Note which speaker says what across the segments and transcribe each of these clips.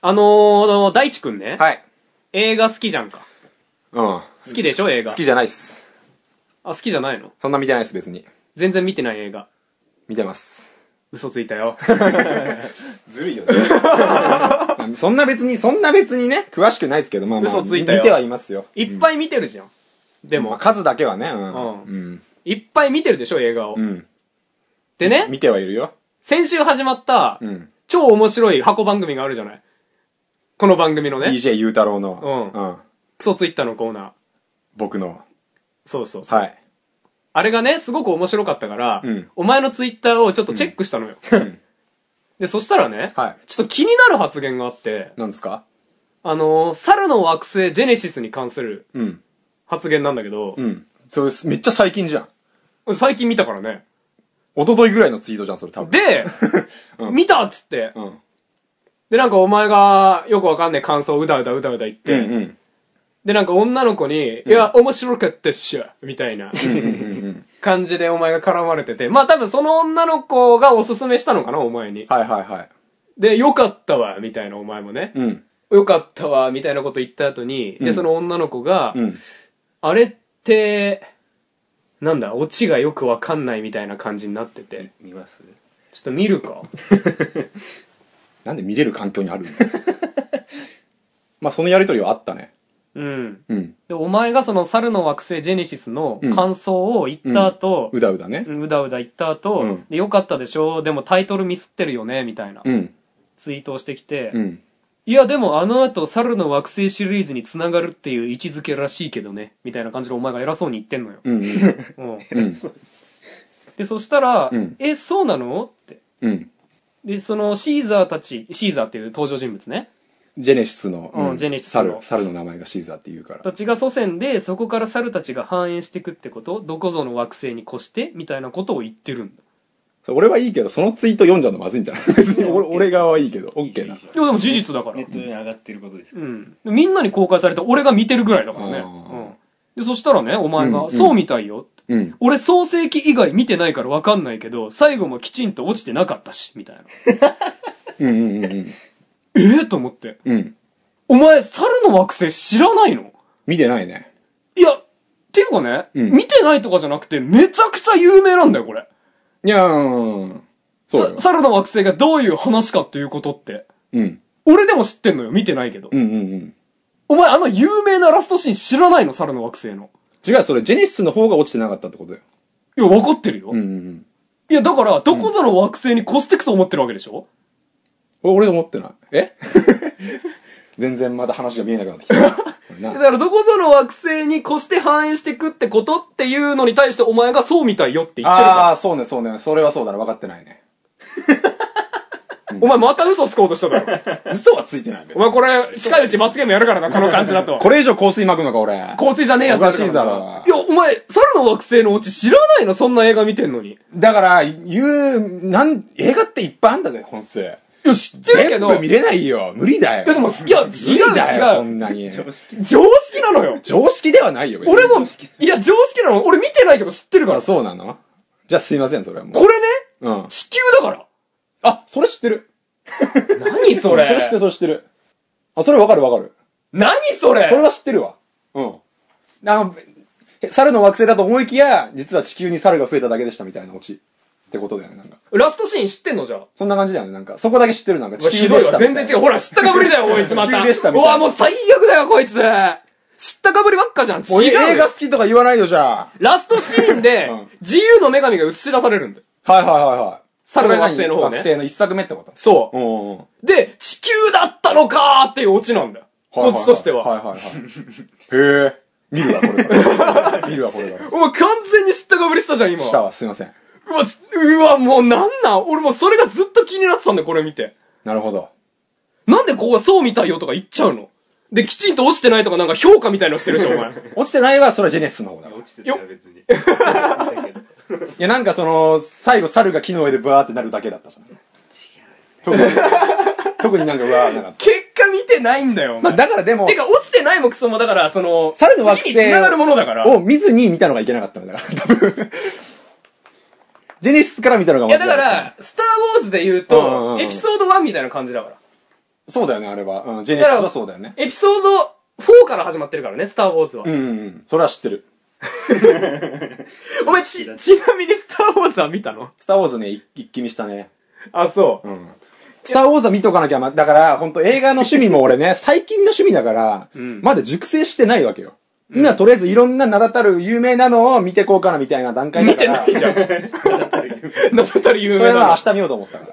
Speaker 1: あのー、大地くんね、
Speaker 2: はい。
Speaker 1: 映画好きじゃんか。
Speaker 2: うん。好
Speaker 1: 好きでしょ映画
Speaker 2: 好きじゃないっす。
Speaker 1: あ、好きじゃないの
Speaker 2: そんな見てないっす、別に。
Speaker 1: 全然見てない映画。
Speaker 2: 見てます。
Speaker 1: 嘘ついたよ。
Speaker 2: ずるいよね。 そんな別に、そんな別にね、詳しくないっすけど、まあまあ、
Speaker 1: 嘘ついたよ
Speaker 2: 見てはいますよ。
Speaker 1: いっぱい見てるじゃん。で
Speaker 2: まあ、
Speaker 1: も、
Speaker 2: 数だけはね、うん。
Speaker 1: うん
Speaker 2: うん。
Speaker 1: いっぱい見てるでしょ映画を
Speaker 2: う。ん。
Speaker 1: でね、
Speaker 2: 見てはいるよ。
Speaker 1: 先週始まった
Speaker 2: う、ん。
Speaker 1: 超面白い箱番組があるじゃないこの番組のね、
Speaker 2: DJ ゆうたろうの、。
Speaker 1: うん
Speaker 2: うん。
Speaker 1: クソツイッターのコーナー。
Speaker 2: 僕の。
Speaker 1: そうそうそう。
Speaker 2: はい。
Speaker 1: あれがね、すごく面白かったから、
Speaker 2: うん
Speaker 1: お前のツイッターをちょっとチェックしたのよ。で、そしたらね、
Speaker 2: はい
Speaker 1: ちょっと気になる発言があって、
Speaker 2: なんですか
Speaker 1: あのー、猿の惑星ジェネシスに関する
Speaker 2: うん。
Speaker 1: 発言なんだけど、
Speaker 2: うん。それ、めっちゃ最近じゃん。
Speaker 1: 最近見たからね。
Speaker 2: 一昨日ぐらいのツイートじゃん、それ多分。
Speaker 1: で、
Speaker 2: うん
Speaker 1: 見たっつって、
Speaker 2: うん。
Speaker 1: で、なんかお前がよくわかんない感想をうだうだうだうだ言って、
Speaker 2: うんうん。
Speaker 1: で、なんか女の子に、いや、面白かったっしょみたいな 感じでお前が絡まれてて、まあ多分その女の子がおすすめしたのかな、お前に。
Speaker 2: はいはいはい。
Speaker 1: で、よかったわ、みたいなお前もね。
Speaker 2: うん。
Speaker 1: よかったわ、みたいなこと言った後に、で、その女の子が、
Speaker 2: うん。
Speaker 1: あれって、なんだ、オチがよくわかんないみたいな感じになってて。
Speaker 3: 見ます
Speaker 1: ちょっと見るか。
Speaker 2: なんで見れる環境にあるんだよ まあ、そのやりとりはあったね。
Speaker 1: うん。
Speaker 2: うん。
Speaker 1: で、お前がその猿の惑星ジェネシスの
Speaker 2: うん
Speaker 1: 感想を言った後、
Speaker 2: うだうだね。
Speaker 1: うだうだ言った後、
Speaker 2: うん
Speaker 1: で、よかったでしょでもタイトルミスってるよねみたいな
Speaker 2: うん。
Speaker 1: ツイートをしてきて、
Speaker 2: うん。
Speaker 1: いや、でもあの後、猿の惑星シリーズに繋がるっていう位置づけらしいけどね、みたいな感じでお前が偉そうに言ってんのよ。
Speaker 2: うん。
Speaker 1: うん。
Speaker 2: うん。
Speaker 1: で、そしたら、
Speaker 2: うん
Speaker 1: え、そうなのって。
Speaker 2: うん。
Speaker 1: で、そのシーザーたち、シーザーっていう登場人物ね。
Speaker 2: ジェネシスの、
Speaker 1: うんジェネシスの
Speaker 2: 猿、猿の名前がシーザーって言うから。
Speaker 1: たちが祖先で、そこから猿たちが繁栄していくってこと、どこぞの惑星に越して、みたいなことを言ってるんだ。
Speaker 2: それ俺はいいけど、そのツイート読んじゃうのまずいんじゃない別に 俺俺側はいいけど、オッケーな。
Speaker 3: いいじゃん
Speaker 1: いや、でも事実だから。
Speaker 3: ネットに上がってることですか
Speaker 1: うん。みんなに公開されて、俺が見てるぐらいだからね。
Speaker 2: あ
Speaker 1: うん。で、そしたらね、お前が、
Speaker 2: うんうん
Speaker 1: そうみたいよって。
Speaker 2: うん。
Speaker 1: 俺、創世記以外見てないからわかんないけど、最後もきちんと落ちてなかったし、みたいな。
Speaker 2: うんうんうんうん。
Speaker 1: ええと思って。
Speaker 2: うん。
Speaker 1: お前、猿の惑星知らないの
Speaker 2: 見てないね。
Speaker 1: いや、っていうかね、
Speaker 2: うん
Speaker 1: 見てないとかじゃなくて、めちゃくちゃ有名なんだよ、これ。
Speaker 2: いやー。そうよ
Speaker 1: さ。猿の惑星がどういう話かっていうことって。
Speaker 2: うん。
Speaker 1: 俺でも知ってんのよ、見てないけど。
Speaker 2: うんうんうん。
Speaker 1: お前、あの有名なラストシーン知らないの、猿の惑星の。
Speaker 2: 違う、それ、ジェネシスの方が落ちてなかったってことだよ。
Speaker 1: いや、わかってるよ。
Speaker 2: うんうんうん。
Speaker 1: いや、だから、どこぞの惑星に越してくと思ってるわけでしょ、
Speaker 2: お俺思ってない。え 全然まだ話が見えなくなってきた。これ
Speaker 1: だ
Speaker 2: な
Speaker 1: から、どこぞの惑星に越して繁栄してくってことっていうのに対して、お前がそうみたいよって言ってる
Speaker 2: あ
Speaker 1: か
Speaker 2: あ、そうね、そうね。それはそうだね。分かってないね。
Speaker 1: ら。お前、また嘘つこうとしただろ。
Speaker 2: 嘘はついてない。別
Speaker 1: お
Speaker 2: に
Speaker 1: 前、これ、近いうち罰ゲームやるからな、この感じだと。
Speaker 2: これ以上香水巻くのか、俺。
Speaker 1: 香水じゃねえやつあるから
Speaker 2: おかしいだろ
Speaker 1: いや、お前、猿の惑星のうち知らないのそんな映画見てんのに。い
Speaker 2: だから、言う、なん、映画っていっぱいあんだぜ、本数。
Speaker 1: や、知ってるけ
Speaker 2: 全
Speaker 1: ど。
Speaker 2: 部見れないよ。無理だよ。
Speaker 1: いやでもいや
Speaker 2: 無理だ
Speaker 1: 違う
Speaker 2: よ
Speaker 1: 違う
Speaker 2: そんなに。
Speaker 3: 常識
Speaker 1: 常識なのよ。
Speaker 2: 常識ではないよ、別に
Speaker 1: 俺も、いや、常識なの。俺見てないけど知ってるから
Speaker 2: あ、。そうなのじゃあすいません、それはも
Speaker 1: こ
Speaker 2: う。
Speaker 1: れね、
Speaker 2: うん。
Speaker 1: 地球だか
Speaker 2: あ、それ知ってる。
Speaker 1: ら。何 それ。
Speaker 2: それ知ってる、それ知ってる。あ、それわかるわかる。
Speaker 1: 何それ。
Speaker 2: それは知ってるわ。うん。あの、え猿の惑星だと思いきや、実は地球に猿が増えただけでしたみたいなオチ。ってことだよね、なんか。
Speaker 1: ラストシーン知ってんのじゃあ。
Speaker 2: そんな感じだよね、なんか。そこだけ知ってる、なんか。地
Speaker 1: ひ
Speaker 2: 球
Speaker 1: ど
Speaker 2: で
Speaker 1: い
Speaker 2: し
Speaker 1: わ。
Speaker 2: た
Speaker 1: 全然違う。
Speaker 2: う。
Speaker 1: ほら、知ったかぶりだよ、こいつまた。
Speaker 2: 地球でした
Speaker 1: う
Speaker 2: みたいな
Speaker 1: わ、もう最悪だよ、こいつ。知ったかぶりばっかじゃん。
Speaker 2: おい
Speaker 1: 違うよ。
Speaker 2: 映画好きとか言わないよ、じゃあ。
Speaker 1: ラストシーンで
Speaker 2: うん、
Speaker 1: 自由の女神が映し出されるんだよ。
Speaker 2: はいはいはいはい。
Speaker 1: 猿の惑星の方ね
Speaker 2: それが何惑星の一作目ってこと。
Speaker 1: そう
Speaker 2: う。んうんうん。
Speaker 1: で、地球だったのかーっていうオチなんだよ。こっちとしては。
Speaker 2: はいはいはい。へえ。見るわ、これ から。見るわ、これから。
Speaker 1: お前完全に知ったかぶりしたじゃん、今。
Speaker 2: したわ、すいません。
Speaker 1: うわ、すうわ、もうなんなん俺もうそれがずっと気になってたんだよ、これ見て。
Speaker 2: なるほど。
Speaker 1: なんでここはそうみたいよとか言っちゃうので、きちんと落ちてないとかなんか評価みたいのしてるでしょ、お前。
Speaker 2: 落ちてないは、それはジェネシスの方だ
Speaker 3: ら
Speaker 2: わ。
Speaker 3: 落ちてたら別にだけど
Speaker 2: いや、なんかその、最後猿が木の上でブワーってなるだけだったじゃん。特に、特になんかうわーなかった。
Speaker 1: 結果見てないんだよ、お
Speaker 2: まあ
Speaker 1: 前。
Speaker 2: だからでも
Speaker 1: て、か、落ちてないもクソも、だから、その、
Speaker 2: 猿の惑星
Speaker 1: 次に繋がるものだから。い
Speaker 2: を見ずに見たのがいけなかったんだから、多分。ジェネシスから見たのが
Speaker 1: や、
Speaker 2: 間
Speaker 1: だ
Speaker 2: 違い
Speaker 1: か
Speaker 2: った
Speaker 1: ら、スターウォーズで言う
Speaker 2: うんうんう
Speaker 1: と、
Speaker 2: ん
Speaker 1: エピソード1みたいな感じだから。
Speaker 2: そうだよね、あれは。うん、ジェネシスはそうだよね。
Speaker 1: エピソード4から始まってるからね、スター・ウォーズは。
Speaker 2: うん、うんうん、それは知ってる。
Speaker 1: お前ち、ちなみにスター・ウォーズは見たの
Speaker 2: スターウォーズね、い一気見したね。
Speaker 1: あ、そう。
Speaker 2: うん。スターウォーズは見とかなきゃ、ま、だから、本当映画の趣味も 俺ね、最近の趣味だから、
Speaker 1: ん
Speaker 2: まだ熟成してないわけよ。今、とりあえずいろんな名だたる有名なのを見てこうかなみたいな段階だ
Speaker 1: 見
Speaker 2: か
Speaker 1: て
Speaker 2: ら
Speaker 1: な、いじゃん。名だたる有
Speaker 2: そ
Speaker 1: 名
Speaker 2: れ
Speaker 1: な
Speaker 2: は
Speaker 1: の
Speaker 2: 明。日見ようと思ってたから。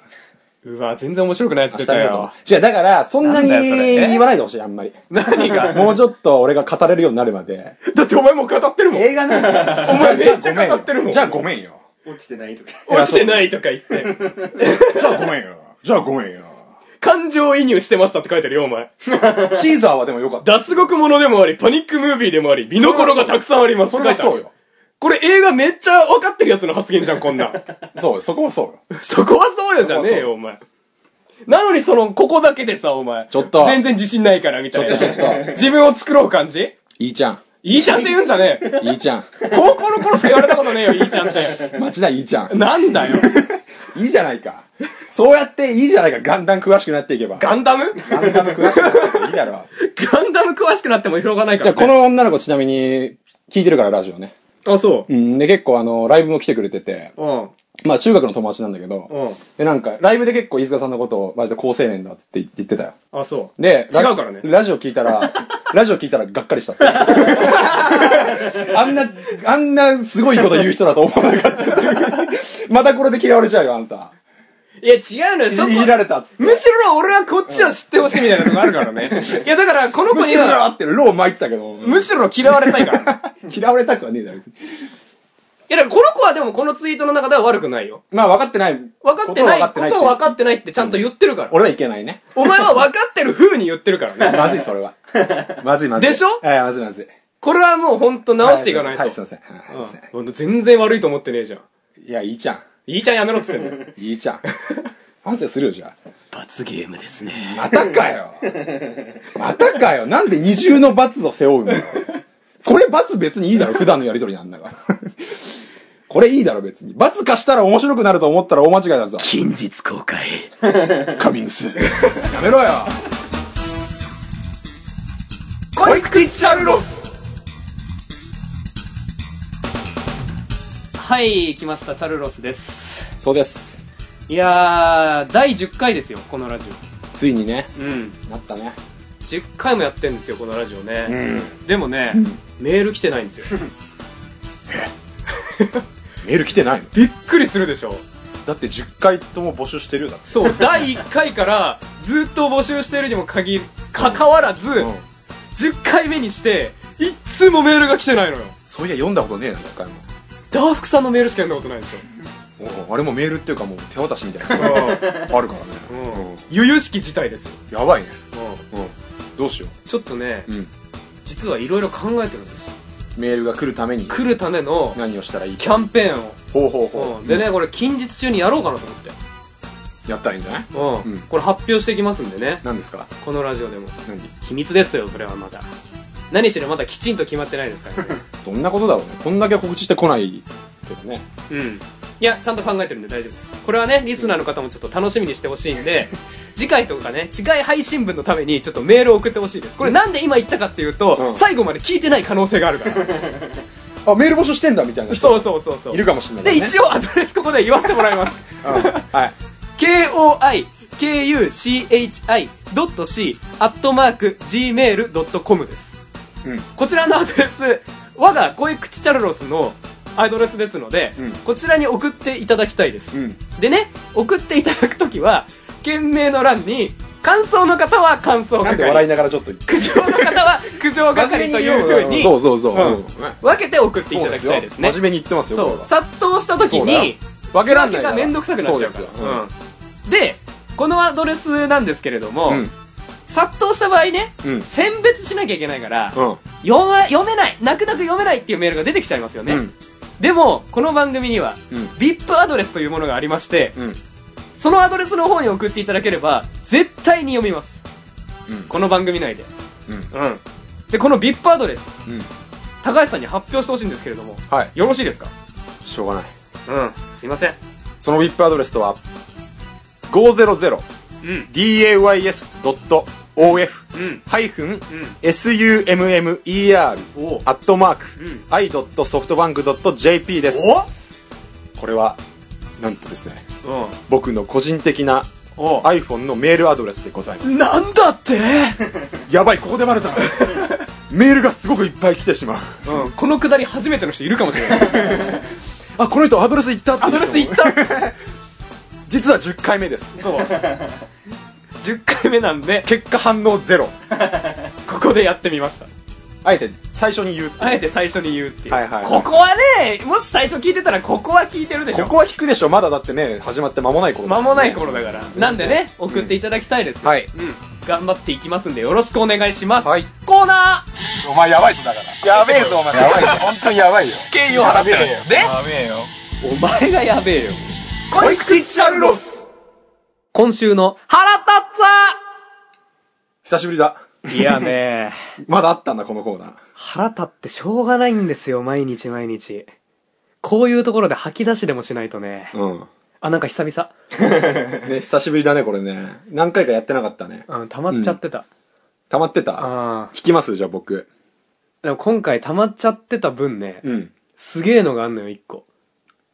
Speaker 1: うわ、全然面白くないやつ
Speaker 2: 明
Speaker 1: 出
Speaker 2: 日
Speaker 1: た
Speaker 2: 見ようと思
Speaker 1: よ
Speaker 2: っ。て。違う、だから、そんなに
Speaker 1: なんだよそれえ
Speaker 2: 言わないでほしい、あんまり。
Speaker 1: 何が
Speaker 2: もうちょっと俺が語れるようになるまで。
Speaker 1: だってお前もう語ってるもん。
Speaker 2: 映画なんだ
Speaker 1: お前めっちゃ語ってるもん
Speaker 2: じゃあごめんよ。
Speaker 3: 落ちてないとか。
Speaker 1: 落ちてないとか言って。
Speaker 2: じゃあごめんよ。じゃあごめんよ。
Speaker 1: 感情移入してましたって書いてあるよ、お前。
Speaker 2: シーザーはでもよかった。
Speaker 1: 脱獄者でもあり、パニックムービーでもあり、見どころがたくさんあります。
Speaker 2: それはそう
Speaker 1: って書いてある。
Speaker 2: よ。
Speaker 1: これ映画めっちゃ分かってるやつの発言じゃん、こん なん。
Speaker 2: そうよ、そこはそうよ。
Speaker 1: そこはそうよじゃねえよ、お前。なのにその、ここだけでさ、お前。
Speaker 2: ちょっと
Speaker 1: 全然自信ないから、みたいな。
Speaker 2: ちょっとちょっと
Speaker 1: 自分を作ろう感じ
Speaker 2: いいちゃん。
Speaker 1: いいちゃんって言うんじゃねえ。
Speaker 2: いいちゃん。
Speaker 1: 高校の頃しか言われたことねえよ、いいちゃんって。
Speaker 2: 町田いいちゃん。
Speaker 1: なんだよ。
Speaker 2: いいじゃないか。そうやっていいじゃないか。ガンダム詳しくなっていけば。ガ
Speaker 1: ガンダム
Speaker 2: ンダム詳しくなっていいだろ。
Speaker 1: ガンダム詳しくなってもしょうがないか
Speaker 2: じゃ
Speaker 1: ら、
Speaker 2: あこの女の子ちなみに聞いてるからラジオね。
Speaker 1: の、あ、そう
Speaker 2: う。ん。で結構あの、ライブも来てくれてて。
Speaker 1: うん。
Speaker 2: まあ中学の友達なんだけ
Speaker 1: うん
Speaker 2: ど。でなんか、ライブで結構飯塚さんのことを割と高青年だっつって言ってたよ。
Speaker 1: あ、そう。
Speaker 2: で、
Speaker 1: 違
Speaker 2: ラ
Speaker 1: うからね。
Speaker 2: ラジオ聞い たら、ラジオ聞いたらがっかりしたっすあんな、あんなすごいこと言う人だと思わなかったっていう。またこれで嫌われちゃうよ、あんた。
Speaker 1: いや、違うのよ、そこ
Speaker 2: い。じられたっつって。
Speaker 1: むしろ俺はこっちを知ってほしいみたいなのがあるから ね。いや、だから、この
Speaker 2: む
Speaker 1: 子に
Speaker 2: しろ
Speaker 1: は、
Speaker 2: あってロー巻いてたけど。
Speaker 1: むしろ嫌われたいから。
Speaker 2: 嫌われたくはねえだろ、別に
Speaker 1: いや、だからこの子はでもこのツイートの中では悪くないよ。
Speaker 2: まあ分かってない。
Speaker 1: 分かってないことを分か
Speaker 2: って。
Speaker 1: ってないってちゃんと言ってる から。
Speaker 2: 俺はいけないね。
Speaker 1: お前は分かってる風に言ってるからね。
Speaker 2: まずい、それは。まずい、まずい。
Speaker 1: でしょ
Speaker 2: はい、まずい、まずい。
Speaker 1: これはもうほんと直していかないと。
Speaker 2: はい、すいません。はい、すいません。はいすいま
Speaker 1: うん全然悪いと思ってねえじゃん。
Speaker 2: せんいや、いいじゃん。
Speaker 1: いいちゃんやめろっつってんのよ。
Speaker 2: いいじゃん。 反省するよ、じゃあ。
Speaker 1: 罰ゲームですね。
Speaker 2: またかよ。またかよ。なんで二重の罰を背負うのよこれ罰別にいいだろ、普段のやりとりなんだから。これいいだろ、別に。罰化したら面白くなると思ったら大間違いだぞ。
Speaker 1: 近日公開。
Speaker 2: カミングス。やめろよ。
Speaker 1: コイクティチャルロス はい、来ました、チャルロスです。
Speaker 2: そうです。
Speaker 1: いやー、第10回ですよ、このラジ
Speaker 2: ついにね、
Speaker 1: オ。うん。
Speaker 2: なったね。
Speaker 1: 10回もやってんですよ、このラジオね。でもね、メール来てないんですよ。
Speaker 2: メール来てないの
Speaker 1: びっくりするでしょ
Speaker 2: だって10回とも募集してるよだって
Speaker 1: そう第1回からずっと募集しているにも限りかかわらず、10回目にして一通もメールが来てないのよ
Speaker 2: そういや読んだことねえな1回も
Speaker 1: ダーフクさんのメールしか読んだことないでし
Speaker 2: おうあれもメールっていうかもう手渡しみたいな
Speaker 1: ょ
Speaker 2: あるからね
Speaker 1: うん
Speaker 2: うん
Speaker 1: 由々しき事態ですよ、
Speaker 2: やばいねうんどうしよ
Speaker 1: ちょっとね、
Speaker 2: ううん
Speaker 1: 実はいろいろ考えてるんですよ
Speaker 2: メールが来るために
Speaker 1: 来るための
Speaker 2: 何をしたらいい
Speaker 1: キ
Speaker 2: か
Speaker 1: ャンペーンを
Speaker 2: ほうほう
Speaker 1: うん
Speaker 2: ほう
Speaker 1: でねこれ近日中にやろうかなと思って
Speaker 2: やったらいいんじゃない
Speaker 1: うん、
Speaker 2: うん
Speaker 1: これ発表していきますんでね
Speaker 2: 何ですか
Speaker 1: このラジオでも
Speaker 2: 何
Speaker 1: 秘密ですよそれはまだ何しろまだきちんと決まってないですからね
Speaker 2: どんなことだろうねこんだけ告知してこないけどね
Speaker 1: うん。いや、ちゃんと考えてるんで大丈夫です。これはね、リスナーの方もちょっと楽しみにしてほしいん で、次回とかね、違い配信分のためにちょっとメールを送ってほしいです。これなんで今言ったかっていうと、
Speaker 2: うん
Speaker 1: 最後まで聞いてない可能性がある から。
Speaker 2: あメール募集してんだみたいな人
Speaker 1: そうそうそうそう。
Speaker 2: いるかもしれない
Speaker 1: で、
Speaker 2: ね
Speaker 1: 一応アドレスここで言わせてもらいます。
Speaker 2: うんはい
Speaker 1: koikuchi.c.gmail.com です。
Speaker 2: うん
Speaker 1: こちらのアドレス、我が声口チャルロスのアドレスですので、
Speaker 2: うん
Speaker 1: こちらに送っていただきたいです。
Speaker 2: うん
Speaker 1: でね、送っていただくときは、件名の欄に、感想の方は感想
Speaker 2: なんで笑い
Speaker 1: 係、
Speaker 2: ながらちょっと言って
Speaker 1: 苦情の方は苦情係というふうに、
Speaker 2: そうそうそう
Speaker 1: うん分けて送ってい
Speaker 2: そ
Speaker 1: た
Speaker 2: う
Speaker 1: だき
Speaker 2: ですよ
Speaker 1: たいですね。
Speaker 2: 真面目に言ってますよ
Speaker 1: そ
Speaker 2: これ
Speaker 1: う、
Speaker 2: は
Speaker 1: 殺到したとき
Speaker 2: そうだよ
Speaker 1: に、
Speaker 2: わけらんない
Speaker 1: 仕分け
Speaker 2: から
Speaker 1: がめんどくさくなっちゃうか
Speaker 2: そうですよ
Speaker 1: ら。うんで、このアドレスなんですけれども、
Speaker 2: うん
Speaker 1: 殺到した場合ね、
Speaker 2: うん
Speaker 1: 選別しなきゃいけないから、
Speaker 2: うん
Speaker 1: 読め読めない泣く泣く読めないっていうメールが出てきちゃいますよね、
Speaker 2: うん
Speaker 1: でもこの番組には、
Speaker 2: うん
Speaker 1: VIP アドレスというものがありまして、
Speaker 2: うん
Speaker 1: そのアドレスの方に送っていただければ絶対に読みます、
Speaker 2: うん
Speaker 1: この番組内で
Speaker 2: う
Speaker 1: う
Speaker 2: ん
Speaker 1: んでこの VIP アドレス
Speaker 2: うん
Speaker 1: 高橋さんに発表してほしいんですけれども
Speaker 2: はい
Speaker 1: よろしいですか
Speaker 2: しょうがない
Speaker 1: うんすいません
Speaker 2: その VIP アドレスとは 500days.gmail.com
Speaker 1: おう
Speaker 2: of.of-summer-i.softbank.jp です。これは、なんとですね、
Speaker 1: お
Speaker 2: 僕の個人的な
Speaker 1: お
Speaker 2: iPhone のメールアドレスでございます。
Speaker 1: なんだって、
Speaker 2: やばい、ここでバレた メールがすごくいっぱい来てしまう。
Speaker 1: うん、このくだり初めての人いるかもしれない
Speaker 2: あ、この人アドレス行ったって
Speaker 1: アドレスいった
Speaker 2: 実は10回目です。
Speaker 1: そう 10回目なんで
Speaker 2: 結果反応ゼロ。
Speaker 1: ここでやってみました
Speaker 2: あえて最初に言うっていう
Speaker 1: あえて最初に言うっていう、
Speaker 2: はいはい
Speaker 1: ここはねもし最初聞いてたらここは聞いてるでしょ
Speaker 2: ここは引くでしょまだだってね始まって間もない頃
Speaker 1: 間もない頃だからなんでね送っていただきたいです、
Speaker 2: はい
Speaker 1: うん、頑張っていきますんでよろしくお願いします、
Speaker 2: はい
Speaker 1: コーナー
Speaker 4: お前やばいぞだからやべえぞお前やばいぞ本当にやばいよ
Speaker 1: 敬意を払ってる
Speaker 4: やべえよ
Speaker 1: で
Speaker 3: ダメよ
Speaker 1: お前がやべえよ
Speaker 2: コイクティッチャルロス
Speaker 1: 今週の腹立
Speaker 2: 久しぶりだ
Speaker 1: つぁいやね
Speaker 2: まだあったんだこのコーナー
Speaker 1: 腹立ってしょうがないんですよ毎日毎日こういうところで吐き出しでもしないとね
Speaker 2: う
Speaker 1: あなんか久々
Speaker 2: ん、ね、久しぶりだねこれね何回かやってなかったね
Speaker 1: うん溜まっちゃってた、
Speaker 2: 溜まってた
Speaker 1: あー
Speaker 2: 聞きますじゃあ僕
Speaker 1: でも今回溜まっちゃってた分ね、
Speaker 2: うん
Speaker 1: すげえのがあんのよ一個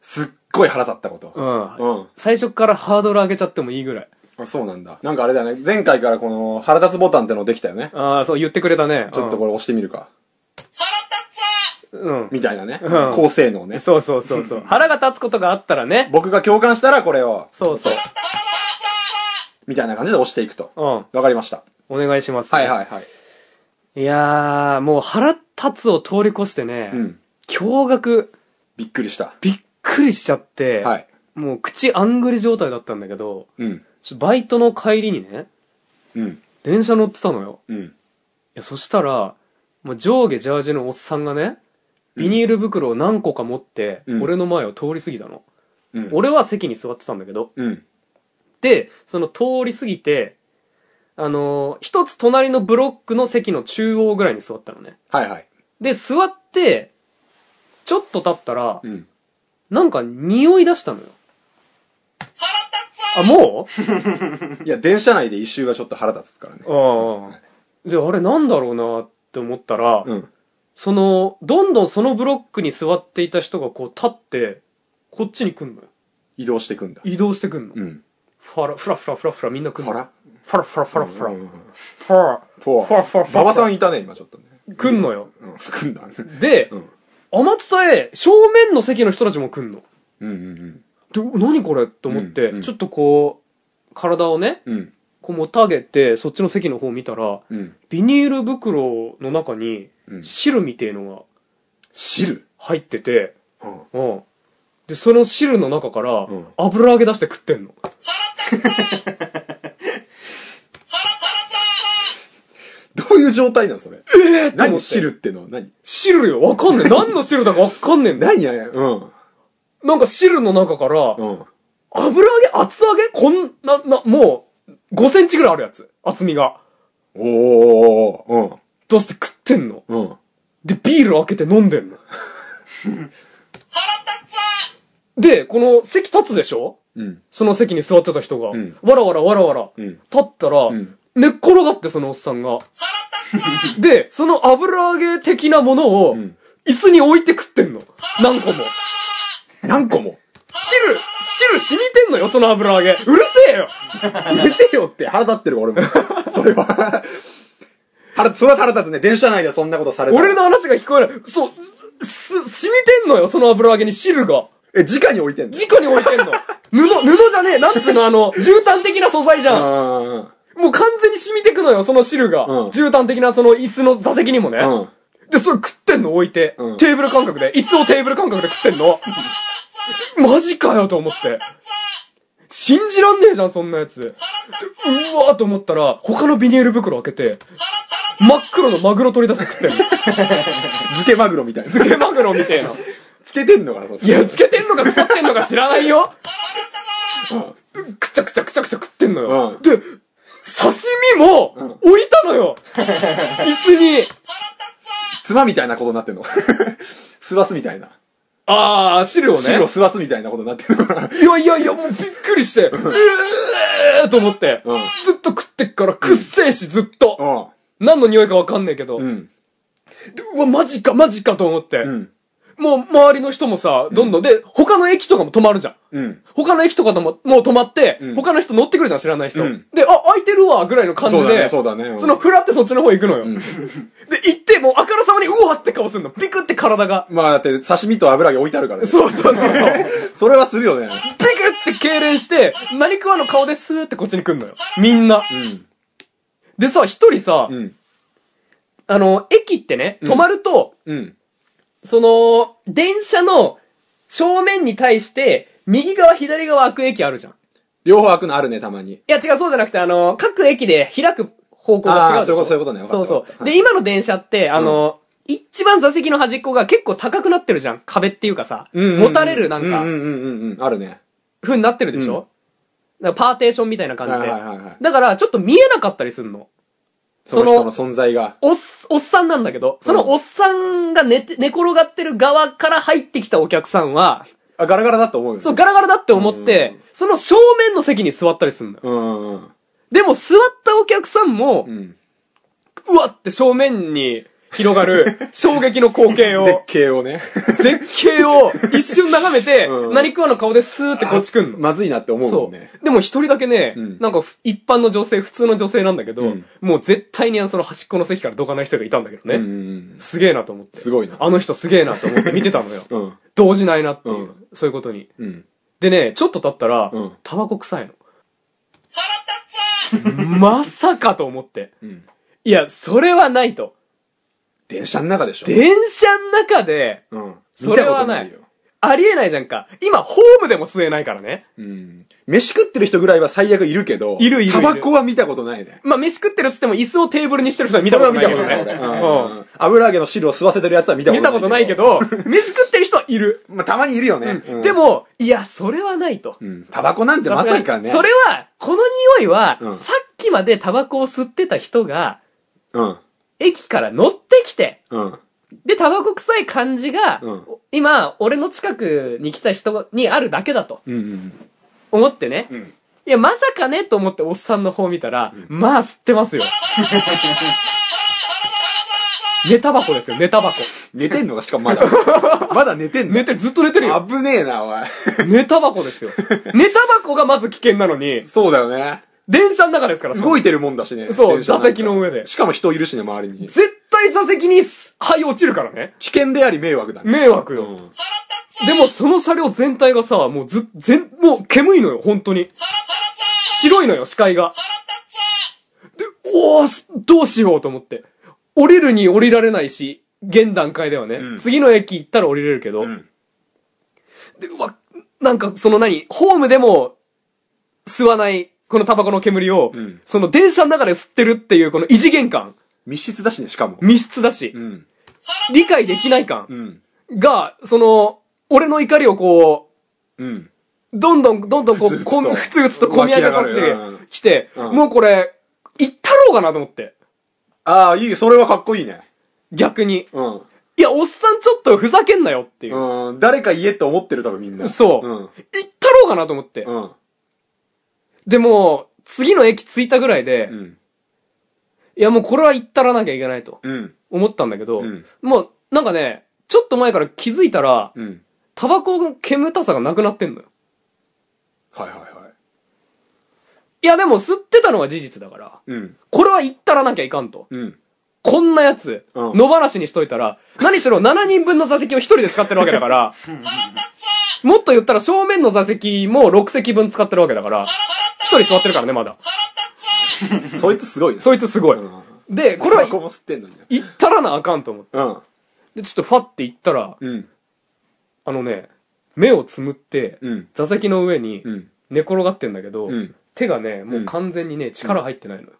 Speaker 2: すっごい腹立ったこと
Speaker 1: うん、
Speaker 2: うん
Speaker 1: 最初からハードル上げちゃってもいいぐらい
Speaker 2: あそうなんだなんかあれだよね前回からこの腹立つボタンってのできたよね
Speaker 1: ああそう言ってくれたね
Speaker 2: ちょっとこれ押してみるか
Speaker 1: うん、
Speaker 2: みたいなね
Speaker 1: うん
Speaker 2: 高性能
Speaker 1: うん、
Speaker 2: ね
Speaker 1: そうそうそうそう腹が立つことがあったらね
Speaker 2: 僕が共感したらこれを
Speaker 1: そうそう
Speaker 2: みたいな感じで押していくと
Speaker 1: うん
Speaker 2: わかりました
Speaker 1: お願いします、
Speaker 2: いはい
Speaker 1: いいやーもう腹立つを通り越してね、
Speaker 2: うん
Speaker 1: 驚愕
Speaker 2: びっくりした
Speaker 1: びっくりしちゃって、
Speaker 2: はい
Speaker 1: もう口あんぐり状態だったんだけど
Speaker 2: うん
Speaker 1: ちょバイトの帰りにね
Speaker 2: うん
Speaker 1: 電車乗ってたのよ
Speaker 2: うん
Speaker 1: いやそしたらもう上下ジャージのおっさんがねビニール袋を何個か持って、
Speaker 2: うん
Speaker 1: 俺の前を通り過ぎたの、
Speaker 2: うん
Speaker 1: 俺は席に座ってたんだけど
Speaker 2: うん
Speaker 1: でその通り過ぎてあのー一つ隣のブロックの席の中央ぐらいに座ったのね
Speaker 2: はいはい
Speaker 1: で座ってちょっと経ったら、
Speaker 2: うん
Speaker 1: なんか匂い出したのよあもう
Speaker 2: いや電車内で一周がちょっと腹立つからね
Speaker 1: ああ であれなんだろうなって思ったら、
Speaker 2: うん
Speaker 1: そのどんどんそのブロックに座っていた人がこう立ってこっちに来んのよ
Speaker 2: 移動してくんだ
Speaker 1: 移動してくんの、
Speaker 2: うん
Speaker 1: ファラフラフラフラフラみんな来んの
Speaker 2: ファラ
Speaker 1: フラフラフラフラ
Speaker 2: うんうんうん
Speaker 1: フラ
Speaker 2: フォ
Speaker 1: フォアフォア
Speaker 2: ー
Speaker 1: フォア
Speaker 2: 馬場さんいたね今ちょっとね
Speaker 1: 来んのよ
Speaker 2: うん来んだうん
Speaker 1: で、
Speaker 2: うん
Speaker 1: 天伝え正面の席の人たちも来んの
Speaker 2: うん
Speaker 1: で何これと思って、
Speaker 2: うんうん
Speaker 1: ちょっとこう体をね
Speaker 2: うんうん
Speaker 1: こうもたげてそっちの席の方を見たら
Speaker 2: うん
Speaker 1: ビニール袋の中に
Speaker 2: うん
Speaker 1: 汁みてえのが
Speaker 2: 汁
Speaker 1: 入ってて、
Speaker 2: うん
Speaker 1: うん、でその汁の中から
Speaker 2: うん
Speaker 1: 油揚げ出して食ってんの、
Speaker 2: どういう状態なんそれ
Speaker 1: えーと思
Speaker 2: 何
Speaker 1: って
Speaker 2: 汁ってのは何
Speaker 1: 汁よわか んねえ何の汁だかわかんねえんだよ
Speaker 2: 何やねんうん
Speaker 1: なんか汁の中から
Speaker 2: うん
Speaker 1: 油揚げ厚揚げこんななもう5センチぐらいあるやつ厚みが
Speaker 2: おーおー
Speaker 1: 出して食ってんの
Speaker 2: うんうん
Speaker 1: で、ビール開けて飲んでんの。で、この席立つでしょ
Speaker 2: うん
Speaker 1: その席に座ってた人が。
Speaker 2: うん
Speaker 1: わらわらわらわら。
Speaker 2: うん
Speaker 1: 立ったら、
Speaker 2: ん
Speaker 1: 寝っ転がってそのおっさんが。で、その油揚げ的なものを、
Speaker 2: ん
Speaker 1: 椅子に置いて食ってんの。何個も。
Speaker 2: 何個も
Speaker 1: 汁、汁染みてんのよ、その油揚げ。うるせえよ
Speaker 2: うるせえよって腹立ってるわ俺も それは腹それは腹立つね電車内でそんなことされたら
Speaker 1: 俺の話が聞こえない。そう、す、す染みてんのよ、その油揚げに汁が。
Speaker 2: え直に置いてんの
Speaker 1: 直に置いてん の。布、布じゃねえ。なんつうの、あの、絨毯的な素材じゃん。
Speaker 2: うん
Speaker 1: もう完全に染みてくのよ、その汁が。
Speaker 2: うん
Speaker 1: 絨毯的なその椅子の座席にもね。
Speaker 2: うん
Speaker 1: で、それ食ってんの置いて、
Speaker 2: うん
Speaker 1: テーブル感覚で。椅子をテーブル感覚で食ってんの。マジかよと思って。信じらんねえじゃん、そんなやつ。でうわーと思ったら、他のビニール袋開けて、真っ黒のマグロ取り出して食ってんの。
Speaker 2: 漬けマグロみたいな
Speaker 1: 漬けマグロみたいな。
Speaker 2: つけてんのかなそれ
Speaker 1: いや、漬けてんのか腐ってんのか知らないよ。
Speaker 2: うん
Speaker 1: くちゃくちゃくちゃくちゃ食ってんのよ。
Speaker 2: うん
Speaker 1: で、刺身も
Speaker 2: ん
Speaker 1: 置いたのよ、椅子に。
Speaker 2: 妻みたいなことになってんの吸わすみたいな
Speaker 1: ああ、汁をね。
Speaker 2: 汁を吸わすみたいなことになって るから。
Speaker 1: いやいやいや、もうびっくりして、うーと思って、
Speaker 2: うん
Speaker 1: ずっと食ってっからくっせえし、ずっと。何の匂いかわかんねえけど、
Speaker 2: う。
Speaker 1: うんわ、マジか、マジかと思って、
Speaker 2: うん。
Speaker 1: もう周りの人もさ、どんどん、で、他の駅とかも止まるじゃん。
Speaker 2: うん。
Speaker 1: 他の駅とかでも、もう止まって、
Speaker 2: うん
Speaker 1: 他の人乗ってくるじゃん、知らない人。
Speaker 2: うん
Speaker 1: で、あ、空いてるわ、ぐらいの感じ
Speaker 2: そうだ
Speaker 1: で、
Speaker 2: ね、そうだね。うん
Speaker 1: その、ふらってそっちの方行くのよ。
Speaker 2: ん
Speaker 1: で、行って、もうあからさまに、うわって顔すんの。ビクって体が。
Speaker 2: まあだって刺身と油揚げ置いてあるからね。
Speaker 1: そうそうそうそう。ビ
Speaker 2: それはするよね。
Speaker 1: クって痙攣して、何食わの顔でスーってこっちに来んのよ。みんな。
Speaker 2: うん。
Speaker 1: でさ、一人さ、
Speaker 2: うん。
Speaker 1: あの、駅ってね、
Speaker 2: ん
Speaker 1: 止まると、
Speaker 2: うん。
Speaker 1: その、電車の正面に対して、右側、左側開く駅あるじゃん。い
Speaker 2: 両方開くのあるね、たまに。
Speaker 1: や、違う、そうじゃなくて、あの、各駅で開く方向が違う
Speaker 2: あ
Speaker 1: で
Speaker 2: あ、
Speaker 1: し
Speaker 2: そういう
Speaker 1: ょ
Speaker 2: こと、そういうことね。わか
Speaker 1: そう
Speaker 2: った
Speaker 1: そ
Speaker 2: わかった
Speaker 1: う。で、今の電車って、あの、一番座席の端っこが結構高くなってるじゃん。壁っていうかさ。
Speaker 2: うんうんうん
Speaker 1: 持たれるなんか、
Speaker 2: うんうんうんうんうん。あるね。
Speaker 1: 風になってるでしょ、だからパーテーションみたいな感じ
Speaker 2: はい
Speaker 1: で。
Speaker 2: はいはいはい
Speaker 1: だから、ちょっと見えなかったりすんの。
Speaker 2: その人の存在が。
Speaker 1: おっ、おっさんなんだけど、そのおっさんが寝て、寝転がってる側から入ってきたお客さんは、
Speaker 2: あ、ガラガラだと思うよね。
Speaker 1: そう、ガラガラだって思って、その正面の席に座ったりすんのよ。
Speaker 2: うんうん
Speaker 1: でも、座ったお客さんも、
Speaker 2: うん。うん。
Speaker 1: うわって正面に広が る衝撃の光景
Speaker 2: 絶
Speaker 1: を、
Speaker 2: 景をね。
Speaker 1: 絶景を一瞬眺めて、
Speaker 2: うん
Speaker 1: 何食わの顔でスー ってこっち来んの。
Speaker 2: まずいなって思うも
Speaker 1: そ
Speaker 2: んね。
Speaker 1: う。でも一人だけね、
Speaker 2: うん
Speaker 1: なんかふ一般の女性、普通の女性なんだけど、
Speaker 2: うん
Speaker 1: もう絶対にあのその端っこの席からどかない人がいたんだけどね。
Speaker 2: うんうん
Speaker 1: すげえなと思って。
Speaker 2: すごいな
Speaker 1: あの人すげえなと思って見てたのよ。
Speaker 2: うん。うん。
Speaker 1: 動じないなっていう、
Speaker 2: うん
Speaker 1: そういうことに。
Speaker 2: うん。
Speaker 1: でね、ちょっと経ったら、
Speaker 2: うん
Speaker 1: タバコ臭いの。 まさかと思って。
Speaker 2: うん。
Speaker 1: いや、それはないと。
Speaker 2: 電車の中でしょ。
Speaker 1: 電車の中で、
Speaker 2: うん。
Speaker 1: それはない
Speaker 2: 見たこと
Speaker 1: ありえないじゃんか。今、ホームでも吸えないからね。
Speaker 2: ないよ。うん。飯食ってる人ぐらいは最悪いるけど、
Speaker 1: いるいるいる
Speaker 2: タバコは見たことないね。
Speaker 1: まあ、飯食ってるっつっても椅子をテーブルにしてる人は見たことないけど
Speaker 2: それは見
Speaker 1: ね
Speaker 2: た。ことない、
Speaker 1: うん
Speaker 2: 俺。うん。油揚げの汁を吸わせてるやつは見たことな
Speaker 1: 見
Speaker 2: い。
Speaker 1: たことないけ。ど、飯食ってる人はいる。
Speaker 2: まあ、たまにいるよね。うん
Speaker 1: で、も、いや、それはないと。
Speaker 2: うん。タバコなんてまさかね。
Speaker 1: それは、この匂いは、
Speaker 2: うん
Speaker 1: さっきまでタバコを吸ってた人が、
Speaker 2: うん。
Speaker 1: 駅から乗ってきて、
Speaker 2: うん。
Speaker 1: で、タバコ臭い感じが、
Speaker 2: うん
Speaker 1: 今、俺の近くに来た人にあるだけだと
Speaker 2: う んうん。
Speaker 1: 思ってね。
Speaker 2: ん
Speaker 1: いや、まさかね、と思っておっさんの方見たら、まあ、吸ってますよ。寝タバコですよ、寝タバコ。
Speaker 2: 寝てんのかしかもまだ。まだ寝てんの
Speaker 1: 寝てる、ずっと寝てるよ。
Speaker 2: 危ねえな、おい。
Speaker 1: 寝タバコですよ。寝タバコがまず危険なのに、
Speaker 2: そうだよね。
Speaker 1: 電車の中ですから、しかも
Speaker 2: 動いてるもんだしね。
Speaker 1: そう
Speaker 2: 電車なんか
Speaker 1: 座席の上で
Speaker 2: しかも人いるしね、周りに。
Speaker 1: 絶対座席にす灰落ちるからね。
Speaker 2: 危険であり迷惑だね。
Speaker 1: 迷惑
Speaker 2: う
Speaker 1: よ。
Speaker 2: ん。
Speaker 1: でもその車両全体がさ、もうず、全、もう煙いのよ、本当に。白いのよ、視界が。で、おーし、どうしようと思って。降りるに降りられないし、現段階ではね。
Speaker 2: うん
Speaker 1: 次の駅行ったら降りれるけど。
Speaker 2: ん
Speaker 1: で、うわ、なんかその何、ホームでも吸わない、このタバコの煙を、
Speaker 2: ん
Speaker 1: その電車の中で吸ってるっていうこの異次元感、
Speaker 2: 密室だしね、しかも。
Speaker 1: 密室だし、
Speaker 2: うん。
Speaker 1: 理解できない感。
Speaker 2: うん。
Speaker 1: が、その、俺の怒りをこ
Speaker 2: うん。
Speaker 1: う、どんどん、どんどんこ
Speaker 2: ふつ
Speaker 1: う、
Speaker 2: ふつと
Speaker 1: こんふつふつと込み上げさせ
Speaker 2: 湧き上
Speaker 1: て
Speaker 2: がるうん
Speaker 1: きて、
Speaker 2: うん
Speaker 1: もうこれ、行ったろうかなと思って。
Speaker 2: ああ、いい、それはかっこいいね。
Speaker 1: 逆に。
Speaker 2: うん。
Speaker 1: いや、おっさんちょっとふざけんなよっていう。
Speaker 2: うん。誰か言えって思ってる、多分みんな。
Speaker 1: そう。
Speaker 2: う
Speaker 1: 行
Speaker 2: ん
Speaker 1: っ。たろうかなと思って。
Speaker 2: うん。
Speaker 1: でも、次の駅着いたぐらいで、
Speaker 2: うん。
Speaker 1: いやもうこれは行ったらなきゃいけないと
Speaker 2: うん。
Speaker 1: 思ったんだけど、
Speaker 2: うん
Speaker 1: もう、なんかね、ちょっと前から気づいたら、
Speaker 2: うん。
Speaker 1: タバコの煙たさがなくなってんのよ。
Speaker 2: はいはいはい。
Speaker 1: いやでも吸ってたのは事実だから、
Speaker 2: うん。
Speaker 1: これは行ったらなきゃいかんと。
Speaker 2: うん。
Speaker 1: こんなやつ、
Speaker 2: うん
Speaker 1: 野放しにしといたら、何しろ7人分の座席を1人で使ってるわけだから、もっと言ったら正面の座席も6席分使ってるわけだから、1人座ってるからね、まだ。
Speaker 2: そいつすごいね。
Speaker 1: そいつすごい。
Speaker 2: うん。
Speaker 1: で、こ
Speaker 2: こ
Speaker 1: れは
Speaker 2: れは。こも吸ってんのにね。
Speaker 1: 行ったらなあかんと思って。
Speaker 2: うん。
Speaker 1: で、ちょっとファって行ったら、
Speaker 2: うん。
Speaker 1: あのね、目をつむって、
Speaker 2: うん
Speaker 1: 座席の上に
Speaker 2: うん。
Speaker 1: 寝転がってんだけど、
Speaker 2: うん
Speaker 1: 手がね、もう完全にね、力入ってないのよ。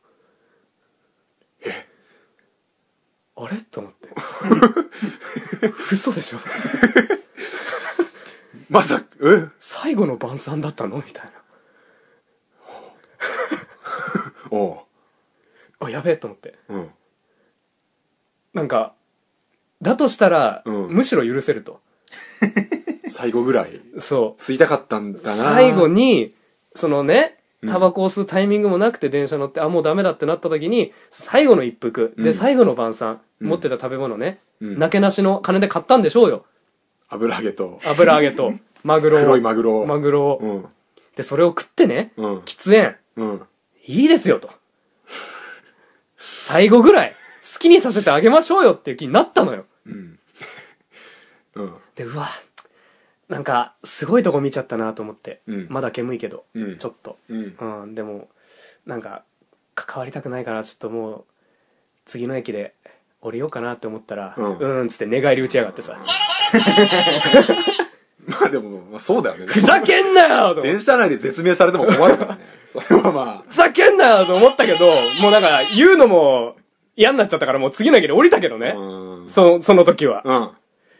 Speaker 1: あれと思 って。嘘でしょ
Speaker 2: まさか、え
Speaker 1: 最後の晩餐だったの みたい
Speaker 2: おう。
Speaker 1: な。あ、やべえと思って。
Speaker 2: うん。
Speaker 1: なんか、だとしたら、
Speaker 2: うん
Speaker 1: むしろ許せると。
Speaker 2: 最後ぐらい。
Speaker 1: そう。
Speaker 2: 吸いたかったんだな。
Speaker 1: 最後に、そのね、タバコを吸うタイミングもなくて電車乗って、あ、もうダメだってなった時に、最後の一服、
Speaker 2: う
Speaker 1: で、
Speaker 2: ん
Speaker 1: 最後の晩餐、
Speaker 2: うん
Speaker 1: 持ってた食べ物ね、
Speaker 2: うん
Speaker 1: なけなしの金で買ったんでしょうよ。
Speaker 2: 油揚げと、
Speaker 1: 油揚げと、 マグロを。
Speaker 2: 黒いマグロを
Speaker 1: マグロを。
Speaker 2: うん。
Speaker 1: で、それを食ってね、
Speaker 2: うん
Speaker 1: 喫煙、
Speaker 2: うん。
Speaker 1: いいですよと。最後ぐらい、好きにさせてあげましょうよっていう気になったのよ。
Speaker 2: うん。うん。
Speaker 1: で、うわ、なんか、すごいとこ見ちゃったなと思って。
Speaker 2: うん
Speaker 1: まだ煙いけど、
Speaker 2: うん
Speaker 1: ちょっと。
Speaker 2: うん。
Speaker 1: うん、でもなんか関わりたくないからちょっともう次の駅で降りようかなって思ったら「う
Speaker 2: うん
Speaker 1: ん」っつって寝返り打ちやがってさ「
Speaker 2: まあでも、まあそうだよね。
Speaker 1: ふざけんなよ!」と思って
Speaker 2: 電車内で絶命されても困る からね。それはま
Speaker 1: ふざけんなよ!」と思ったけどもうなんか言うのも嫌になっちゃったからもう次の駅で降りたけどね
Speaker 2: あ。うん。
Speaker 1: そその時は
Speaker 2: うん。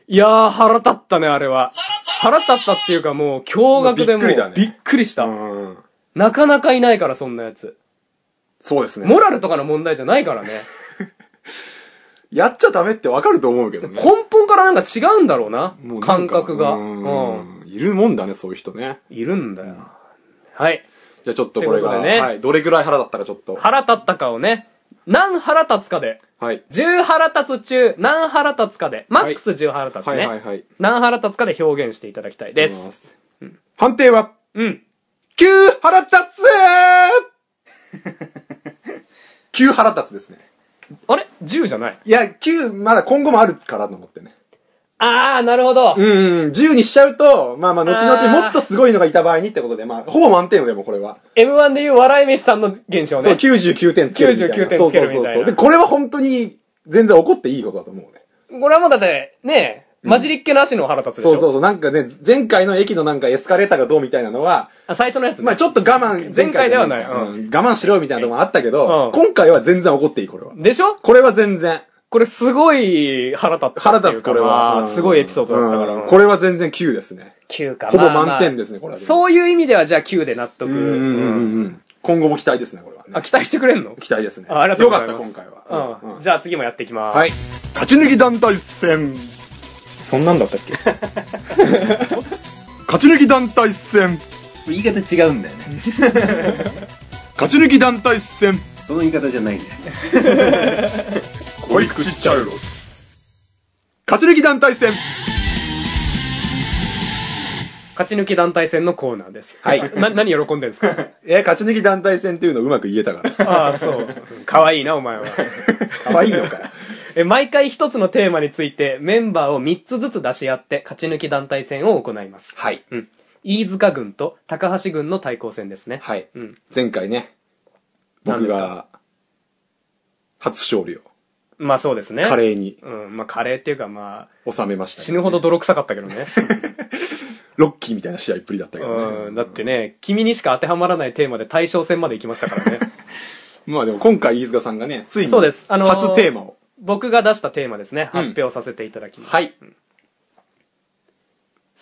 Speaker 1: いやー腹立ったねあれは腹立ったっていうかもう驚愕でも
Speaker 2: もうびっくりだ
Speaker 1: う
Speaker 2: ね
Speaker 1: びっくりした
Speaker 2: うん。
Speaker 1: なかなかいないからそんなやつ
Speaker 2: そうですね
Speaker 1: モ。ラルとかの問題じゃないからね
Speaker 2: やっちゃダメってわかると思うけどね。
Speaker 1: 根本からなんか違うんだろうな
Speaker 2: もうなん
Speaker 1: 感
Speaker 2: か
Speaker 1: 覚が。うん。
Speaker 2: うん。いるもんだね、そういう人ね。
Speaker 1: いるんだよ。はい。
Speaker 2: じゃあちょっとこれ
Speaker 1: という
Speaker 2: が、
Speaker 1: ことでね
Speaker 2: はい。どれぐらい腹立ったかちょっと。
Speaker 1: 腹立ったかをね、何腹立つかで、
Speaker 2: はい。
Speaker 1: 10腹立つ中何腹立つかで、マックス10腹立つ
Speaker 2: はいはい
Speaker 1: ね。
Speaker 2: はい。
Speaker 1: 何腹立つかで表現していただきたいです。
Speaker 2: す。判定は、
Speaker 1: うん。
Speaker 2: 9腹立つ !9 腹立つですね。
Speaker 1: あれ ?10 じゃない
Speaker 2: いや、9、まだ今後もあるからと思ってね。
Speaker 1: あー、なるほど。
Speaker 2: うん、10にしちゃうと、まあまあ、後
Speaker 1: あー
Speaker 2: 々もっとすごいのがいた場合にってことで、まあ、ほぼ満点よ、でもこれは。
Speaker 1: M1 で言う笑い飯さんの現象
Speaker 2: そ
Speaker 1: ね。
Speaker 2: う、99点つけるみたいな。
Speaker 1: 99点つけるみたいな
Speaker 2: そうそうそうそう。で、これは本当に、全然怒っていいことだと思うね。
Speaker 1: これはもうだって、ね混じりっけなしの腹立つでし
Speaker 2: そうそ
Speaker 1: ょ
Speaker 2: うそう。なんかね、前回の駅のなんかエスカレーターがどうみたいなのは、
Speaker 1: あ最初のやつね。
Speaker 2: まあちょっと我慢、
Speaker 1: 前回では
Speaker 2: 前
Speaker 1: ない
Speaker 2: じゃかうん我慢しろよみたいなとこもあったけど、
Speaker 1: うん
Speaker 2: 今回は全然怒っていい、これは。
Speaker 1: でしょ
Speaker 2: これは全然。
Speaker 1: これすごい腹立ったっていうか。
Speaker 2: 腹立つ、これは。
Speaker 1: まあ
Speaker 2: うん
Speaker 1: すごいエピソードだったから。
Speaker 2: うんこれは全然9ですね。
Speaker 1: 9か
Speaker 2: ほぼ
Speaker 1: まあまあ
Speaker 2: 満点ですねこれは
Speaker 1: そういう意味ではじゃあ9で納得
Speaker 2: うんうんうんうん。今後も期待ですね、これはね。
Speaker 1: あ期待してくれんの
Speaker 2: 期待ですね。
Speaker 1: あありがとうございます
Speaker 2: よかった、今回は。
Speaker 1: うん、
Speaker 2: うん
Speaker 1: じゃあ次もやっていきます
Speaker 2: はい。勝ち抜き団体戦。
Speaker 1: そんなんだったっけ
Speaker 2: 勝ち抜き団体戦。
Speaker 3: 言い方違うんだよね。
Speaker 2: 勝ち抜き団体戦。
Speaker 3: その言い方じゃないんだよね。
Speaker 2: 恋口チャウロス。勝ち抜き団体戦。
Speaker 1: 勝ち抜き団体戦のコーナーです
Speaker 2: はい
Speaker 1: な何喜んでるんです か
Speaker 2: え、勝ち抜き団体戦っていうのうまく言えた から。
Speaker 1: ああそう可愛いなお前は
Speaker 2: 可愛いのかよ。
Speaker 1: え毎回一つのテーマについてメンバーを3つずつ出し合って勝ち抜き団体戦を行います
Speaker 2: はい。
Speaker 1: うん飯塚軍と高橋軍の対抗戦ですね
Speaker 2: はい
Speaker 1: うん。
Speaker 2: 前回ね、僕
Speaker 1: 何です
Speaker 2: が、初勝利を、
Speaker 1: まあそうですね
Speaker 2: 華麗に
Speaker 1: うんまあカレーっていうかまあ
Speaker 2: 収めましたけ
Speaker 1: 死
Speaker 2: どね、
Speaker 1: ぬほど泥臭かったけど ね
Speaker 2: ロッキーみたいな試合っぷりだったけど
Speaker 1: う
Speaker 2: ね。
Speaker 1: ん、だってね、君にしか当てはまらないテーマで対象戦まで行きましたからね。
Speaker 2: まあでも今回飯塚さんがね、ついに、
Speaker 1: そうですあのー
Speaker 2: 初テーマを。
Speaker 1: 僕が出したテーマですね、
Speaker 2: うん
Speaker 1: 発表させていただきます。
Speaker 2: はい。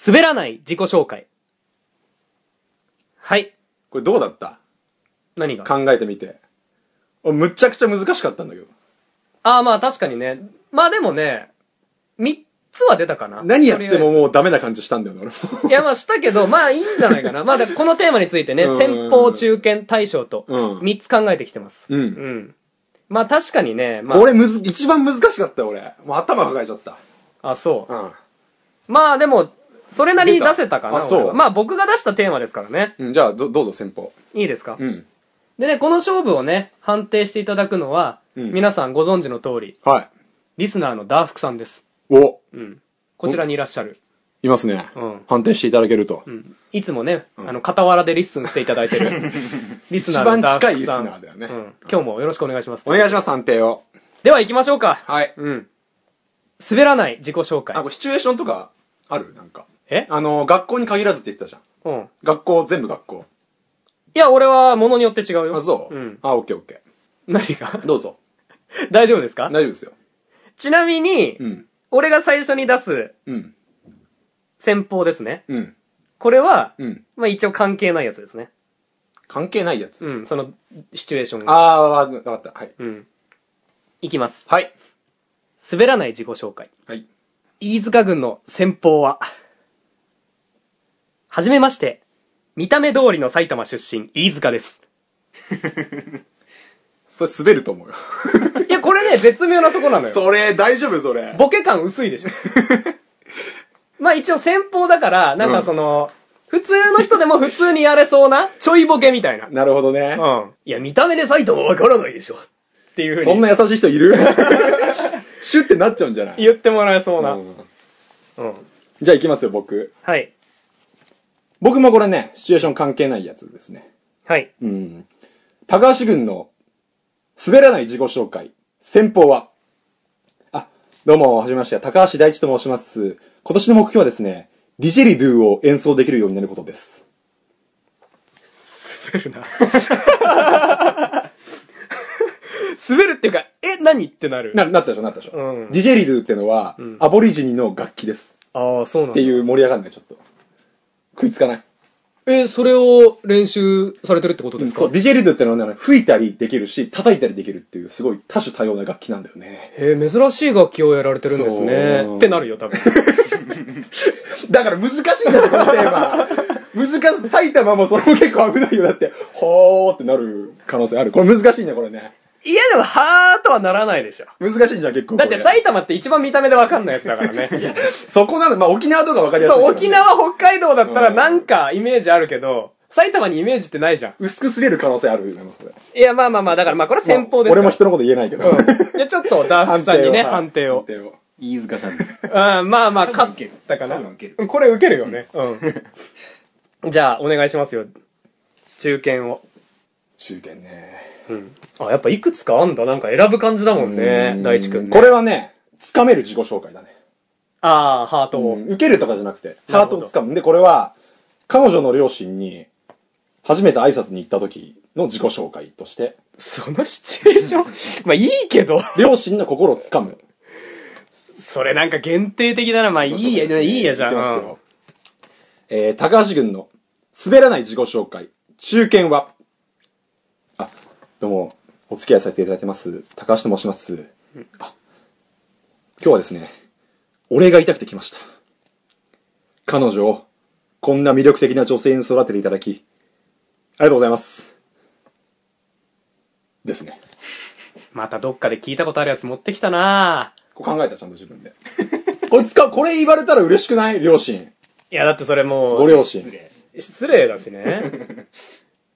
Speaker 1: 滑らない自己紹介。はい。
Speaker 2: これどうだった
Speaker 1: 何が
Speaker 2: 考えてみて。おむっちゃくちゃ難しかったんだけど。
Speaker 1: ああ、まあ確かにね。まあでもね、3つは出たかな。
Speaker 2: 何やって
Speaker 1: とりあ
Speaker 2: も
Speaker 1: えず
Speaker 2: もうダメな感じしたんだよね、俺も。
Speaker 1: いや、まあしたけど、まあいいんじゃない かな。まあだからこのテーマについてね、
Speaker 2: うん
Speaker 1: 先方、中堅、大将と、
Speaker 2: うん
Speaker 1: 3つ考えてきてます。
Speaker 2: うん
Speaker 1: うん。まあ確かにね、まあ、
Speaker 2: これむず、一番難しかったよ、俺。もう頭抱えちゃった。
Speaker 1: あ、そう。
Speaker 2: うん。
Speaker 1: まあでも、それなりに出せたかな。
Speaker 2: 出たあそう
Speaker 1: 俺はまあ僕が出したテーマですからね。
Speaker 2: うん、じゃあ、ど、どうぞ先方。
Speaker 1: いいですか、
Speaker 2: うん。
Speaker 1: でね、この勝負をね、判定していただくのは、
Speaker 2: うん
Speaker 1: 皆さんご存知の通り、
Speaker 2: はい。
Speaker 1: リスナーのダーフクさんです。
Speaker 2: お、
Speaker 1: うん。こちらにいらっしゃる。
Speaker 2: いますね。
Speaker 1: うん
Speaker 2: 判定していただけると。
Speaker 1: うん。いつもね、あの、傍らでリッスンしていただいて る。リスナーのダーフクさん。
Speaker 2: 一番近いリスナーだよね
Speaker 1: うん。今日もよろしくお願いします。
Speaker 2: お願いします、判定を。
Speaker 1: では行きましょうか。
Speaker 2: はい。
Speaker 1: うん。滑らない自己紹介
Speaker 2: あ、。これシチュエーションとか、あるなんか。
Speaker 1: え
Speaker 2: あの、学校に限らずって言ってたじゃん。
Speaker 1: うん。
Speaker 2: 学校、全部学校。
Speaker 1: いや、俺は物によって違うよ。
Speaker 2: あ、そう
Speaker 1: うん。
Speaker 2: あ、オッケーオッケ
Speaker 1: 何が
Speaker 2: ー。どうぞ。
Speaker 1: 大丈夫ですか
Speaker 2: 大丈夫ですよ。
Speaker 1: ちなみに、
Speaker 2: うん。
Speaker 1: 俺が最初に出す
Speaker 2: うん。
Speaker 1: 戦法ですね。
Speaker 2: うん。
Speaker 1: これは、
Speaker 2: うん。
Speaker 1: まあ一応関係ないやつですね。
Speaker 2: 関係ないやつ。
Speaker 1: うん、そのシチュエーションが。
Speaker 2: あー、わわかった。はい。
Speaker 1: うん。いきます。
Speaker 2: はい。
Speaker 1: 滑らない自己紹介。
Speaker 2: はい。
Speaker 1: 飯塚軍の先方は、はじめまして、見た目通りの埼玉出身、飯塚です。
Speaker 2: それ滑ると思うよ。
Speaker 1: いや、これね、絶妙なとこなのよ。
Speaker 2: それ、大丈夫それ。
Speaker 1: ボケ感薄いでしょ。 まあ一応先方だから、なんかその、普通の人でも普通にやれそうな、ちょいボケみたいな。
Speaker 2: なるほどね。
Speaker 1: うん。いや、見た目で埼玉わからないでしょ。っていうふ
Speaker 2: そ
Speaker 1: うんに
Speaker 2: な優しい人いる シュってなっちゃうんじゃない
Speaker 1: 言ってもらえそうな。
Speaker 2: うん
Speaker 1: うん。
Speaker 2: じゃあ行きますよ、僕。
Speaker 1: はい。
Speaker 2: 僕もこれね、シチュエーション関係ないやつですね。
Speaker 1: はい。
Speaker 2: うん。高橋軍の滑らない自己紹介。先方はあ、どうも、はじめまして。高橋大地と申します。今年の目標はですね、ディジェリドゥを演奏できるようになることです。
Speaker 1: 滑るっていうか、え、何ってなる。
Speaker 2: な、なったでしょ、なったでしょ。
Speaker 1: うん
Speaker 2: ディジェリドゥってのは、アボリジニの楽器です。
Speaker 1: ああ、そうなん
Speaker 2: っていう盛り上がんない、ちょっと。食いつかない。
Speaker 5: え、それを練習されてるってことですか
Speaker 2: そう、ディジェリドゥってのはね、吹いたりできるし、叩いたりできるっていう、すごい多種多様な楽器なんだよね。
Speaker 5: えー珍しい楽器をやられてるんですね
Speaker 2: そう。
Speaker 5: ってなるよ、多分。
Speaker 2: だから難しいんだよ、このテーマ。難しい。埼玉もその結構危ないよ。だって、ほーってなる可能性ある。これ難しいね、これね。
Speaker 1: いやでも、はーとはならないでしょ。
Speaker 2: 難しいんじゃん、結構これ。
Speaker 1: だって埼玉って一番見た目でわかんないやつだからね。
Speaker 2: そこなの、まあ沖縄とかわかりやすい け
Speaker 1: そ
Speaker 2: ど
Speaker 1: う、
Speaker 2: ね、
Speaker 1: 沖縄、北海道だったらなんかイメージあるけど、埼玉にイメージってないじゃん。
Speaker 2: 薄くすれる可能性あるよね、それ。
Speaker 1: いや、まあまあまあ、だからまあこれは先方です
Speaker 2: 俺
Speaker 1: から。
Speaker 2: も人のこと言えないけど。
Speaker 1: いや、ちょっとダークさんにね、判定
Speaker 2: は
Speaker 1: を
Speaker 2: い。判定を。
Speaker 3: 飯塚さん。
Speaker 1: うん、まあまあ、勝ったかな。
Speaker 3: 多分受ける
Speaker 1: うんこれ受けるよ ね。うん。じゃあ、お願いしますよ。中堅を。
Speaker 2: 中堅ね。
Speaker 1: うん。あ、やっぱいくつかあんだ。なんか選ぶ感じだもん
Speaker 2: う
Speaker 1: ね
Speaker 2: ん。
Speaker 1: 大地くんね。
Speaker 2: これはね、掴める自己紹介だね。
Speaker 1: ああ、ハート
Speaker 2: も
Speaker 1: を。
Speaker 2: う受けるとかじゃなくて、ハートを掴む。で、これは、彼女の両親に、初めて挨拶に行った時の自己紹介として、
Speaker 1: そのシチュエーション まあいいけど。
Speaker 2: 両親の心を掴む。
Speaker 1: それなんか限定的だな。まあいいや、いいやじゃん。
Speaker 2: いきま
Speaker 1: う
Speaker 2: す
Speaker 1: ん
Speaker 2: よ。えー、高橋軍の滑らない自己紹介、中堅は、あ、どうも、お付き合いさせていただいてます、高橋と申します。あ、今日はですね、お礼が言いたくて来ました。彼女を、こんな魅力的な女性に育てていただき、ありがとうございます。ですね。
Speaker 1: またどっかで聞いたことあるやつ持ってきたな
Speaker 2: こう考えた、ちゃんと自分 で。これ使う、これ言われたら嬉しくない両親。
Speaker 1: いや、だってそれもう。
Speaker 2: ご両親。
Speaker 1: 失礼だし ね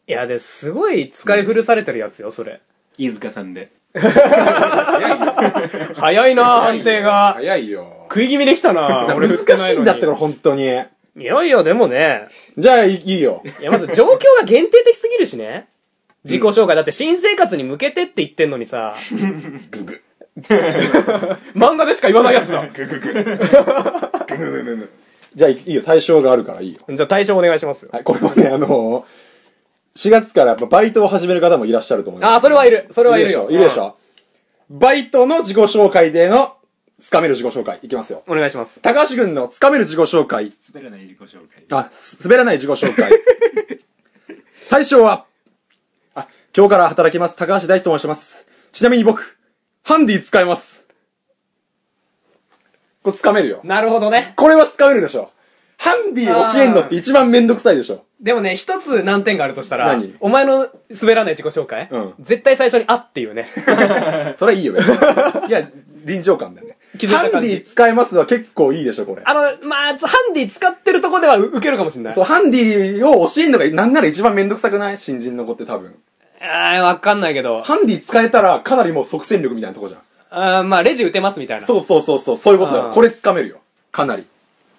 Speaker 1: いやですごい使い古されてるやつよそれ
Speaker 3: 飯塚さんで。
Speaker 1: 早いな判定が
Speaker 2: 早いよ。
Speaker 1: 食い気味できた な
Speaker 2: 難
Speaker 1: 俺振ってな
Speaker 2: しいんだってこ
Speaker 1: の
Speaker 2: れ本当に。
Speaker 1: にいやいやでもね
Speaker 2: じゃあいいいいよ。
Speaker 1: いやまず状況が限定的すぎるしね自己紹介だって新生活に向けてって言ってんのにさ 漫画でしか言わないやつだ
Speaker 2: じゃあいいよ。対象があるからいいよ。
Speaker 1: じゃあ対象お願いしますよ
Speaker 2: はい、これはね、あのー、4月からやっぱバイトを始める方もいらっしゃると思いま
Speaker 1: あ
Speaker 2: す。
Speaker 1: ーそれはいるそれはいるよ
Speaker 2: いるでしょ。いるでしょバイトの自己紹介での、つかめる自己紹介。いきますよ。
Speaker 1: お願いします
Speaker 2: 高橋軍のつかめる自己紹介。
Speaker 3: 滑らない自己紹介。
Speaker 2: あ、す滑らない自己紹介。 対象は、あ、今日から働きます。高橋大地と申します。ちなみに僕、ハンディ使えます。これ掴めるよ。
Speaker 1: なるほどね
Speaker 2: これは掴めるでしょ。ハンディ教えんのって一番めんどくさいでしょ。
Speaker 1: でもね一つ難点があるとしたら
Speaker 2: 何
Speaker 1: お前の滑らない自己紹介、
Speaker 2: うん
Speaker 1: 絶対最初に「あ」っていう ね
Speaker 2: それはいいよ、別 にいや、臨場感だよね。
Speaker 1: 気づい
Speaker 2: ハ
Speaker 1: た感
Speaker 2: ン
Speaker 1: じ
Speaker 2: ディ使えますは結構いいでしょ、これ。
Speaker 1: あの、まあ、ハンディ使ってるとこではう受けるかもしれない。
Speaker 2: そう、ハンディを教えんのがなんなら一番めんどくさくない新人の子って多分。
Speaker 1: あーわかんないけど。
Speaker 2: ハンディ使えたらかなりもう即戦力みたいなとこじゃん。
Speaker 1: あーまあ、レジ打てますみたいな。
Speaker 2: そうそうそうそう、そういうことだよ
Speaker 1: あ。ー
Speaker 2: これ掴めるよ。かなり。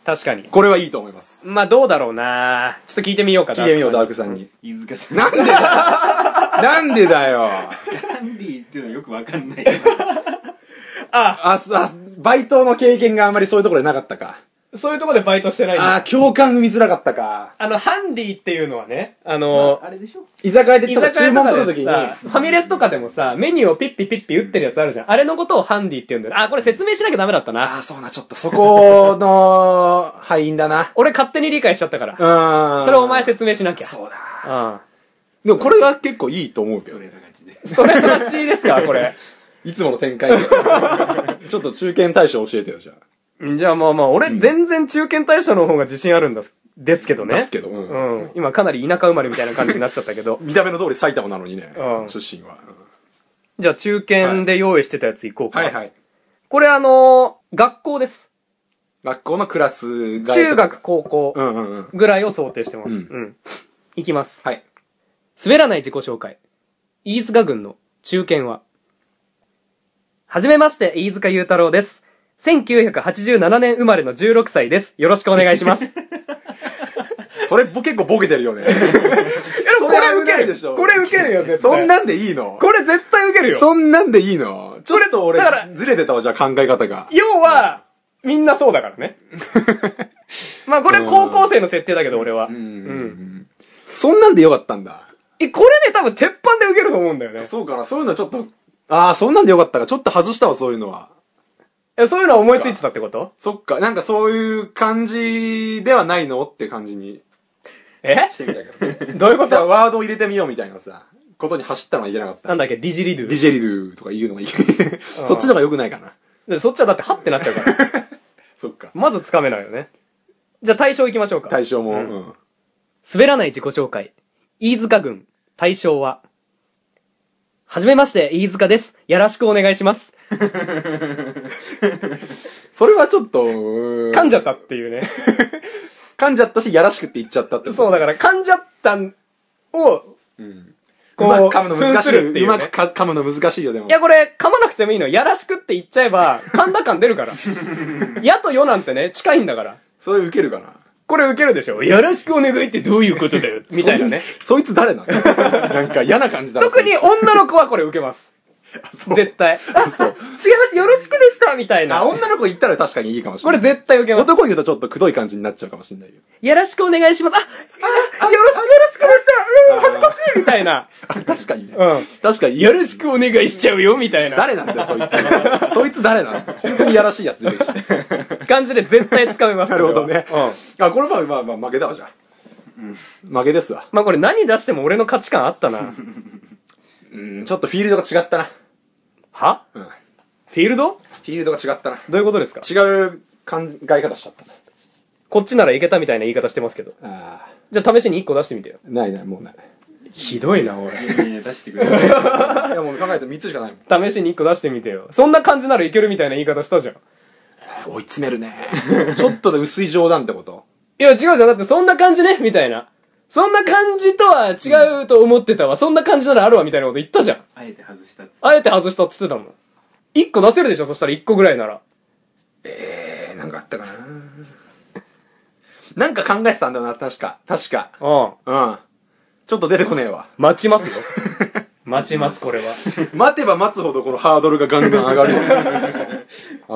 Speaker 1: 確かに。
Speaker 2: これはいいと思います。
Speaker 1: まあ、どうだろうなちょっと聞いてみようか
Speaker 2: 聞いてみよう、ダー
Speaker 1: ク
Speaker 2: クさんに。
Speaker 3: 飯塚さん。
Speaker 2: なんでだよ なんでだよ
Speaker 3: ハンディっていうのはよくわかんない。
Speaker 2: あ、すあ、バイトの経験があんまりそういうところでなかったか。
Speaker 1: さん。そういうとこでバイトしてないんだ
Speaker 2: あー、共感生みづらかったか。
Speaker 1: あの、ハンディっていうのはね、あの、
Speaker 3: あれでしょ
Speaker 2: 居酒屋で
Speaker 1: 居
Speaker 2: とか
Speaker 1: 酒
Speaker 2: 注
Speaker 1: 屋と
Speaker 2: 文取
Speaker 1: か
Speaker 2: ると
Speaker 1: で
Speaker 2: きに、
Speaker 1: さ、ファミレスとかでもさ、メニューをピッピピッピ打ってるやつあるじゃん。あれのことをハンディって言うんだよ。あー、これ説明しなきゃダメだった
Speaker 2: あ
Speaker 1: な。
Speaker 2: ー、そうな、ちょっとそこの敗因だな。
Speaker 1: 俺勝手に理解しちゃったから。
Speaker 2: うーん。
Speaker 1: それお前説明しなきゃ。
Speaker 2: そうだ。
Speaker 1: うん。
Speaker 2: でもこれは結構いいと思うけど
Speaker 3: それ
Speaker 2: ね。
Speaker 3: と勝ちで。
Speaker 1: ストレート勝ちですか、これ。
Speaker 2: いつもの展開で。ちょっと中堅大将教えてよ、じゃあ。
Speaker 1: じゃあまあまあ、俺全然中堅大社の方が自信あるんだす、ですけどね。
Speaker 2: ですけどうん。
Speaker 1: うん。今かなり田舎生まれみたいな感じになっちゃったけ ど
Speaker 2: 見た目の通り埼玉なのにね
Speaker 1: う、ん
Speaker 2: 出身は。
Speaker 1: じゃあ中堅で用意してたやついこうか。
Speaker 2: はいはい。
Speaker 1: これあのー学校です。
Speaker 2: 学校のクラスが。
Speaker 1: 中学、。高校
Speaker 2: うんうんうん。
Speaker 1: ぐらいを想定してます。
Speaker 2: う
Speaker 1: うんん。いきます。
Speaker 2: はい。
Speaker 1: 滑らない自己紹介。飯塚軍の中堅は。はじめまして、飯塚祐太郎です。1987年生まれの16歳です。よろしくお願いし ます。
Speaker 2: それぼ結構ボケてるよね。
Speaker 1: これウケる
Speaker 2: でしょ
Speaker 1: これウケるよ、絶対。
Speaker 2: そんなんでいいの
Speaker 1: これ絶対ウケるよ。
Speaker 2: そんなんでいいのちょっと俺
Speaker 1: だから、
Speaker 2: ずれてたわ、じゃあ考え方が。
Speaker 1: 要は、みんなそうだから ね。まあこれ高校生の設定だけど、俺は。うん。
Speaker 2: そんなんでよかったんだ。
Speaker 1: え、これね、多分鉄板でウケると思うんだよね。
Speaker 2: そうかな、そういうのはちょっと、ああ、そんなんでよかったか、ちょっと外したわ、そういうのは。
Speaker 1: えそういうのは思いついてたってこと
Speaker 2: そっか、なんかそういう感じではないのって感じに
Speaker 1: え
Speaker 2: してみたけど ね。
Speaker 1: どういうこ
Speaker 2: だから
Speaker 1: と
Speaker 2: ワードを入れてみようみたいなさ、ことに走ったのはいけなかっ
Speaker 1: な
Speaker 2: た
Speaker 1: ん。だっけ、ディジリドゥ
Speaker 2: ディジェリドゥとか言うのがいい。そっちの方が良くないかな。
Speaker 1: でそっちはだって、はってなっちゃうから。
Speaker 2: そっか。
Speaker 1: まずつかめないよね。じゃあ対象行きましょうか。
Speaker 2: 対象も、う
Speaker 1: うんん。滑らない自己紹介。飯塚軍、対象は。はじめまして、飯塚です。よろしくお願いします。
Speaker 2: それはちょっと、うーん
Speaker 1: 噛んじゃったって いうね。
Speaker 2: 噛んじゃったし、やらしくって言っちゃったってこと
Speaker 1: そう、だから噛んじゃったんを、こう、
Speaker 2: まく噛むの難し
Speaker 1: 扮す
Speaker 2: い。
Speaker 1: るっていううね、
Speaker 2: まくか噛むの難しいよ、でも。
Speaker 1: いや、これ、噛まなくてもいいの。やらしくって言っちゃえば、噛んだ感出 るから。やとよなんてね、近いんだから。
Speaker 2: それ受けるかな。
Speaker 1: これ受けるでしょ。よろしくお願いってどういうこと だよ。みたいなね。
Speaker 2: そいつ誰なの なんか嫌な感じだな
Speaker 1: 特に
Speaker 2: そい
Speaker 1: 女の子はこれ受けます。
Speaker 2: そう
Speaker 1: 絶対。あ、そう。違います。よろしくでしたみたい
Speaker 2: つあ、
Speaker 1: な。
Speaker 2: 女の子言ったら確かにいいかもし
Speaker 1: こ
Speaker 2: れな
Speaker 1: れ
Speaker 2: い。
Speaker 1: 絶対受けます。
Speaker 2: 男に言うとちょっとくどい感じになっちゃうかもしれないけど。
Speaker 1: よろしくお願いします。あ、あ、よろしく、よろしくでした。うん、恥ずかしいみたいな。
Speaker 2: あ確かにね。
Speaker 1: うん
Speaker 2: 確かに。
Speaker 1: よろしくお願いしちゃうよ、みたいな
Speaker 2: 誰なんだよ、そいつ。そいつ誰なんだよ。本当にやらしいやつ出てきた。
Speaker 1: 感じで絶対つかめます。
Speaker 2: なるほどね
Speaker 1: これはうん。。
Speaker 2: あ、この場合、まあまあ負けだわ、じゃあ。負けですわ。
Speaker 1: まあこれ何出しても俺の価値観あった な。
Speaker 2: うん、ちょっとフィールドが違ったな。
Speaker 1: は
Speaker 2: うん。フ
Speaker 1: フィールド
Speaker 2: ィールドが違ったな。
Speaker 1: どういうことですか
Speaker 2: 違う考え方しちゃったな。
Speaker 1: こっちならいけたみたいな言い方してますけど。
Speaker 2: あ
Speaker 1: じゃあ試しに1個出してみてよ。
Speaker 2: あ、ないない、もう ない。
Speaker 1: ひどいな、俺。
Speaker 3: いやいや出してください。
Speaker 2: いや、もう考えて3つしかないもん。
Speaker 1: 試しに1個出してみてよ。そんな感じならいけるみたいな言い方したじゃん。
Speaker 2: 追い詰めるね。 ちょっとで薄い冗談ってこと
Speaker 1: いや、違うじゃん。だってそんな感じねみたいな。そんな感じとは違うと思ってたわ。そんな感じならあるわ、みたいなこと言ったじゃん。
Speaker 3: あえて外したっつ
Speaker 1: あえて外したっつってたもん。1個出せるでしょそしたら1個ぐらいなら。
Speaker 2: えー、なんかあったかな。なんか考えてたんだよな、確か。確か。
Speaker 1: うん。
Speaker 2: うん。ちょっと出てこねえ わ。
Speaker 1: 待ち ますよ。待ちます、これは。
Speaker 2: 待てば待つほどこのハードルがガンガン上がるよ。 上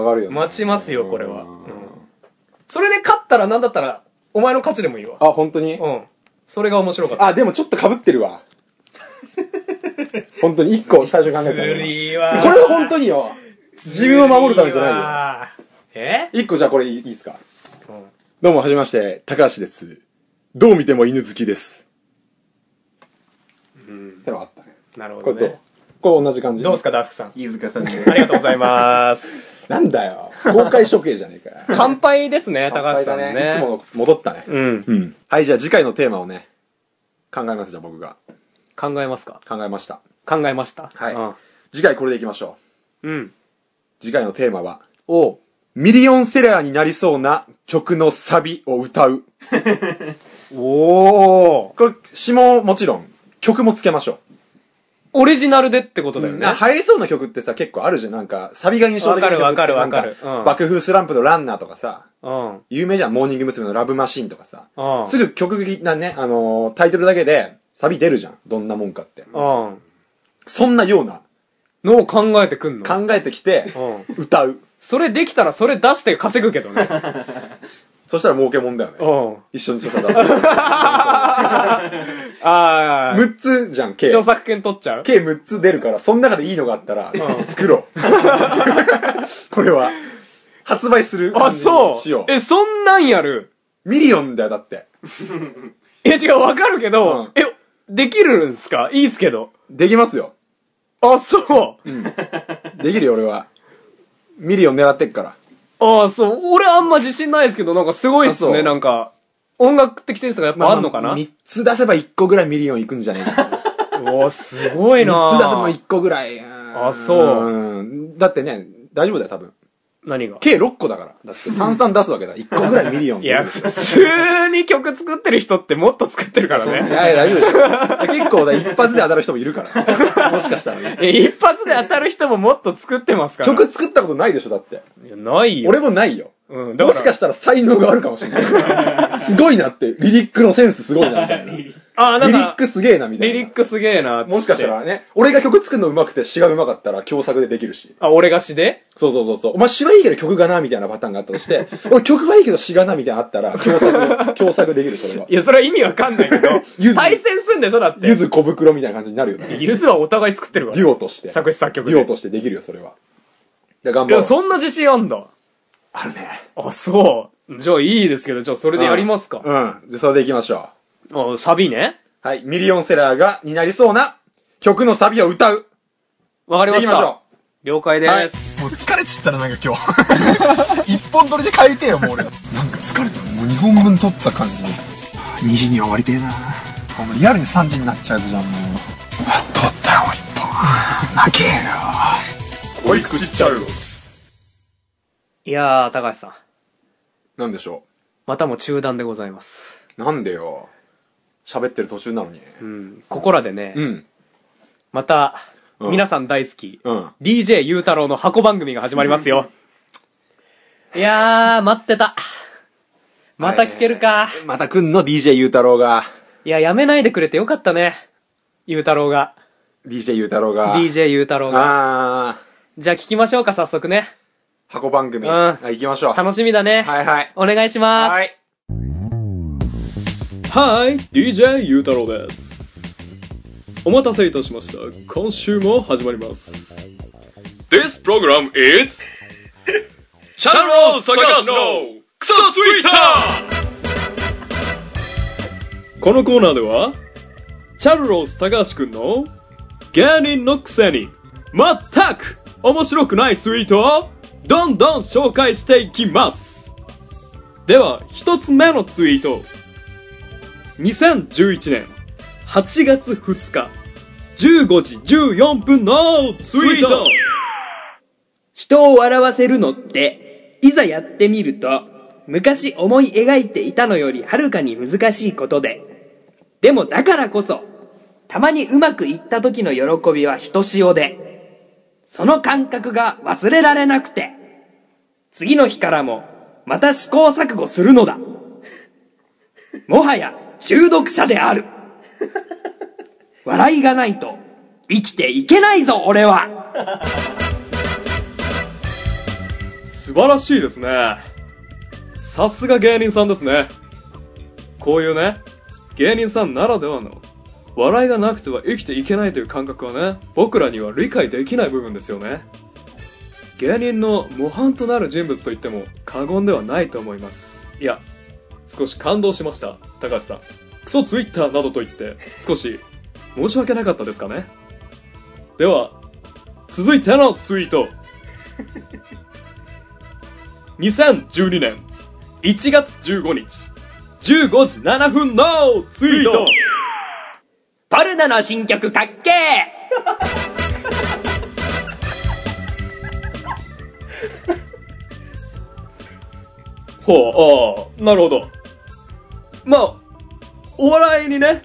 Speaker 2: がるよね、
Speaker 1: 待ちますよ、これは。うん。それで勝ったらなんだったら、お前の勝ちでもいいわ。
Speaker 2: あ、本当に
Speaker 1: うん。それが面白かった。
Speaker 2: あ、でもちょっと被ってる わ。本当に一個最初考えた
Speaker 1: ず
Speaker 2: の
Speaker 1: る
Speaker 2: に
Speaker 1: いわ
Speaker 2: これは本当によ。自分を守るためじゃないよ。
Speaker 1: ないよ。え
Speaker 2: 一個じゃあこれいいいいですか
Speaker 1: うん
Speaker 2: どうも、はじめまして、高橋です。どう見ても犬好きです。ってのがあったね。
Speaker 1: なるほ
Speaker 2: こ
Speaker 1: ど
Speaker 2: れどう
Speaker 1: ね。
Speaker 2: これ同じ感じ
Speaker 1: どうすか、ダークさん。
Speaker 3: 飯塚さんで。
Speaker 1: ありがとうございます。
Speaker 2: なんだよ。公開処刑じゃねえかよ。
Speaker 1: 乾杯ですね、高橋さん
Speaker 2: 乾
Speaker 1: ね。
Speaker 2: 杯だいつもの戻ったね。
Speaker 1: うん。
Speaker 2: うん。はい、じゃあ次回のテーマをね、考えます、じゃあ僕が。
Speaker 1: 考えますか
Speaker 2: 考えました。
Speaker 1: 考えました。
Speaker 2: はい
Speaker 1: うん
Speaker 2: 次回これでいきましょう。
Speaker 1: うん。
Speaker 2: 次回のテーマは、
Speaker 1: おう
Speaker 2: ミリオンセラーになりそうな曲のサビを歌う。
Speaker 1: おー
Speaker 2: これ、詞ももちろん、曲もつけましょ
Speaker 1: オリジナルでってことだよ
Speaker 2: う。
Speaker 1: ね。
Speaker 2: な流行りそうな曲ってさ、結構あるじゃん。なんか、サビが印象的な曲って
Speaker 1: わかるわかるわ
Speaker 2: なん
Speaker 1: かるうん
Speaker 2: 爆風スランプのランナーとかさ、
Speaker 1: うん。
Speaker 2: 有名じゃん。モーニング娘。のラブマシーンとかさ。
Speaker 1: うん
Speaker 2: すぐ曲なね、あのータイトルだけで、サビ出るじゃん。どんなもんかって。
Speaker 1: うん。
Speaker 2: そんなような、
Speaker 1: のを考えてくんの
Speaker 2: 考えてきて、
Speaker 1: う
Speaker 2: 歌う。
Speaker 1: それできたらそれ出して稼ぐけ どね。
Speaker 2: そしたら儲けもんだよね。
Speaker 1: うん。
Speaker 2: 一緒に著作出す。
Speaker 1: ああ。
Speaker 2: 6つじゃん、計。
Speaker 1: 著作権取っちゃう
Speaker 2: 計6つ出るから、その中でいいのがあったら、作ろう。 これは。発売する
Speaker 1: あ、
Speaker 2: 感じ
Speaker 1: そ
Speaker 2: に
Speaker 1: う
Speaker 2: しよ
Speaker 1: え、そんなんやる
Speaker 2: う。ミリオンだよ、だって。
Speaker 1: いや違う、わかるけど、
Speaker 2: うん
Speaker 1: え、できるんすかいいっすけど。
Speaker 2: できますよ。
Speaker 1: あ、そう。
Speaker 2: できるよ、俺は。ミリオン狙ってっから。
Speaker 6: ああ、そう。俺あんま自信ないですけど、なんかすごいっす
Speaker 2: あそ
Speaker 6: ね、
Speaker 2: う
Speaker 6: なんか。音楽的センスがやっぱあんのかな、
Speaker 2: 三つ出せば一個ぐらいミリオンいくんじゃねえか。
Speaker 6: うわ、すごいな
Speaker 2: 三つ出せば一個ぐらい。うん
Speaker 6: あそう
Speaker 2: うん。だってね、大丈夫だよ、多分。
Speaker 6: 何が
Speaker 2: 計6個だから。だって三々出すわけだ。一個ぐらいミリオン。
Speaker 6: いや、普通に曲作ってる人ってもっと作ってるから
Speaker 2: い
Speaker 6: ね。
Speaker 2: やいや、大丈夫でしょ。結構だ、一発で当たる人もいるから。もしかしたらね。
Speaker 6: え一発で当たる人ももっと作ってますから。
Speaker 2: 曲作ったことないでしょ、だって。
Speaker 6: いやないよ。
Speaker 2: 俺もないよ。
Speaker 6: うん、だ
Speaker 2: もし
Speaker 6: か。
Speaker 2: からしたら才能があるかもしれ ない。すごいなって、リリックのセンスすごいな、みたいな。リリ
Speaker 6: あ あ、なん
Speaker 2: ッ
Speaker 6: か、
Speaker 2: クすげえな、みたい
Speaker 6: リ
Speaker 2: な。
Speaker 6: リックすげえなっつって
Speaker 2: もしかした。らね、俺が曲作るの上手くて詩が上手かったら共作でできるし。
Speaker 6: あ、俺がしで。
Speaker 2: そうそうそうそう。お前詩はいいけど曲がな、みたいなパターンがあったとして、俺曲はいいけど詩がな、みたいなのあったら、共作、共作できる、それはい
Speaker 6: や、それは意味わかんないけど
Speaker 2: ゆ、ず
Speaker 6: 対戦すんでしょだって。
Speaker 2: ゆず小袋みたいな感じになるよね。
Speaker 6: ゆずはお互い作ってるか
Speaker 2: デ
Speaker 6: ら。
Speaker 2: ュオとして。
Speaker 6: 作詞作曲で
Speaker 2: デュオとしてできるよ、それは。じゃあ頑
Speaker 6: い
Speaker 2: 張ろ
Speaker 6: や、
Speaker 2: う。
Speaker 6: そんな自信あんだ。
Speaker 2: あるね。
Speaker 6: あ、そう。じゃあいいですけど、じゃあそれでやりますか。
Speaker 2: うん。じゃあそれでいきましょ
Speaker 6: あサビね。
Speaker 2: う。はい。ミリオンセラーが、になりそうな曲のサビを歌う。
Speaker 6: わかりま
Speaker 2: でい
Speaker 6: し
Speaker 2: きましょ
Speaker 6: た。了解です。
Speaker 7: もう疲れちったらなんか今日 一本取りで帰りてえよもう俺なんか疲れたもう2本分取った感じで2時に終わりてえなお前リアルに3時になっちゃうやつじゃんもうあ取ったよもう1本負けえよ
Speaker 2: う。おい、口ちゃうよ。
Speaker 6: いやー、高橋さん。
Speaker 2: なんでしょ
Speaker 6: またも中断でございます。
Speaker 2: う。なんでよ。喋ってる途中なのに。
Speaker 6: うん。ここらでね、
Speaker 2: うん。
Speaker 6: また、
Speaker 2: うん
Speaker 6: 皆さん大好き、
Speaker 2: うん。
Speaker 6: DJ ゆうたろうの箱番組が始まりますよ。いやー、待ってた。また聞けるか。
Speaker 2: またくんの DJ ゆうたろうが。
Speaker 6: いや、やめないでくれてよかったね。ゆうたろうが。
Speaker 2: DJ ゆうたろうが。
Speaker 6: DJ ゆうたろうが。
Speaker 2: あー。
Speaker 6: じゃあ聞きましょうか、早速ね。
Speaker 2: 箱番組。
Speaker 6: うん
Speaker 2: はい、行きましょう。
Speaker 6: 楽しみだね。
Speaker 2: はいはい。
Speaker 6: お願いします。
Speaker 2: はい。
Speaker 6: はい、DJ ゆうたろうです。お待たせいたしました。今週も始まります。
Speaker 1: This program is チャンロー高橋のクソツイッターこのコーナーでは、チャルロース高橋くんの芸人のくせに全く面白くないツイートをどんどん紹介していきます。では、一つ目のツイート。2011年8月2日15時14分のツイート人を笑わせるのって、いざやってみると、昔思い描いていたのよりはるかに難しいことで。でもだからこそ、たまにうまくいった時の喜びはひとしおで、その感覚が忘れられなくて、次の日からも、また試行錯誤するのだ。もはや中毒者である。笑いがないと、生きていけないぞ、俺は素晴らしいですねさすが芸人さんですねこういうね芸人さんならではの笑いがなくては生きていけないという感覚はね僕らには理解できない部分ですよね芸人の模範となる人物といっても過言ではないと思いますいや少し感動しました高橋さんクソツイッターなどと言って少し申し訳なかったですかねでは続いてのツイート2012年1月15日15時7分のツイート
Speaker 6: パルナの新曲かっけえ
Speaker 1: ほう、ああ、なるほど。まあ、お笑い にね、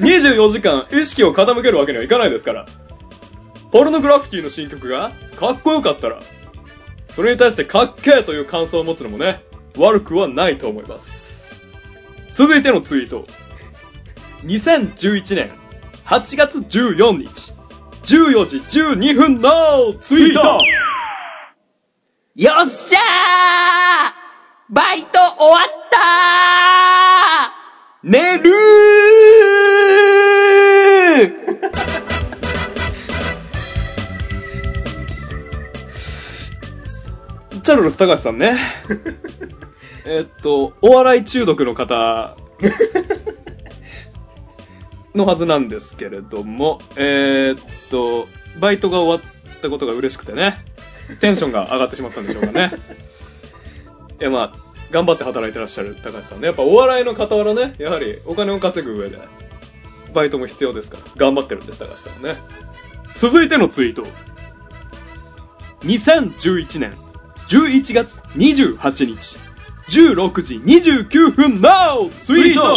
Speaker 1: 24時間意識を傾けるわけにはいかないですから。ポルノグラフィティの新曲がかっこよかったら、それに対してかっけーという感想を持つのもね、悪くはないと思います。続いてのツイート。2011年8月14日、14時12分のツイート
Speaker 6: よっしゃーバイト終わった
Speaker 1: 寝るーチャルロス高橋さんねえっとお笑い中毒の方のはずなんですけれどもえーっとバイトが終わったことが嬉しくてねテンションが上がってしまったんでしょうかねいやまあ、頑張って働いてらっしゃる高橋さんね。やっぱお笑いの傍らね、やはりお金を稼ぐ上で、バイトも必要ですから、頑張ってるんです、高橋さんね。続いてのツイート。2011年11月28日、16時29分 NOW! ツイート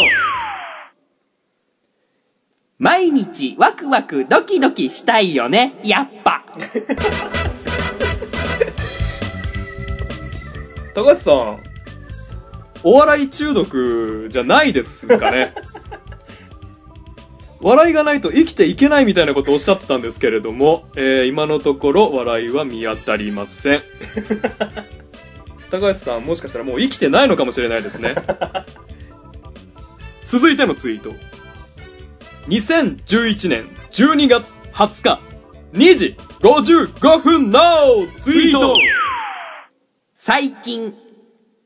Speaker 8: 毎日ワクワクドキドキしたいよね、やっぱ。
Speaker 1: 高橋さん、お笑い中毒じゃないですかね。笑いがないと生きていけないみたいなことをおっしゃってたんですけれども、えー今のところ笑いは見当たりません。高橋さん、もしかしたらもう生きてないのかもしれないですね。続いてのツイート。2011年12月20日、2時55分のツイート
Speaker 8: 最近、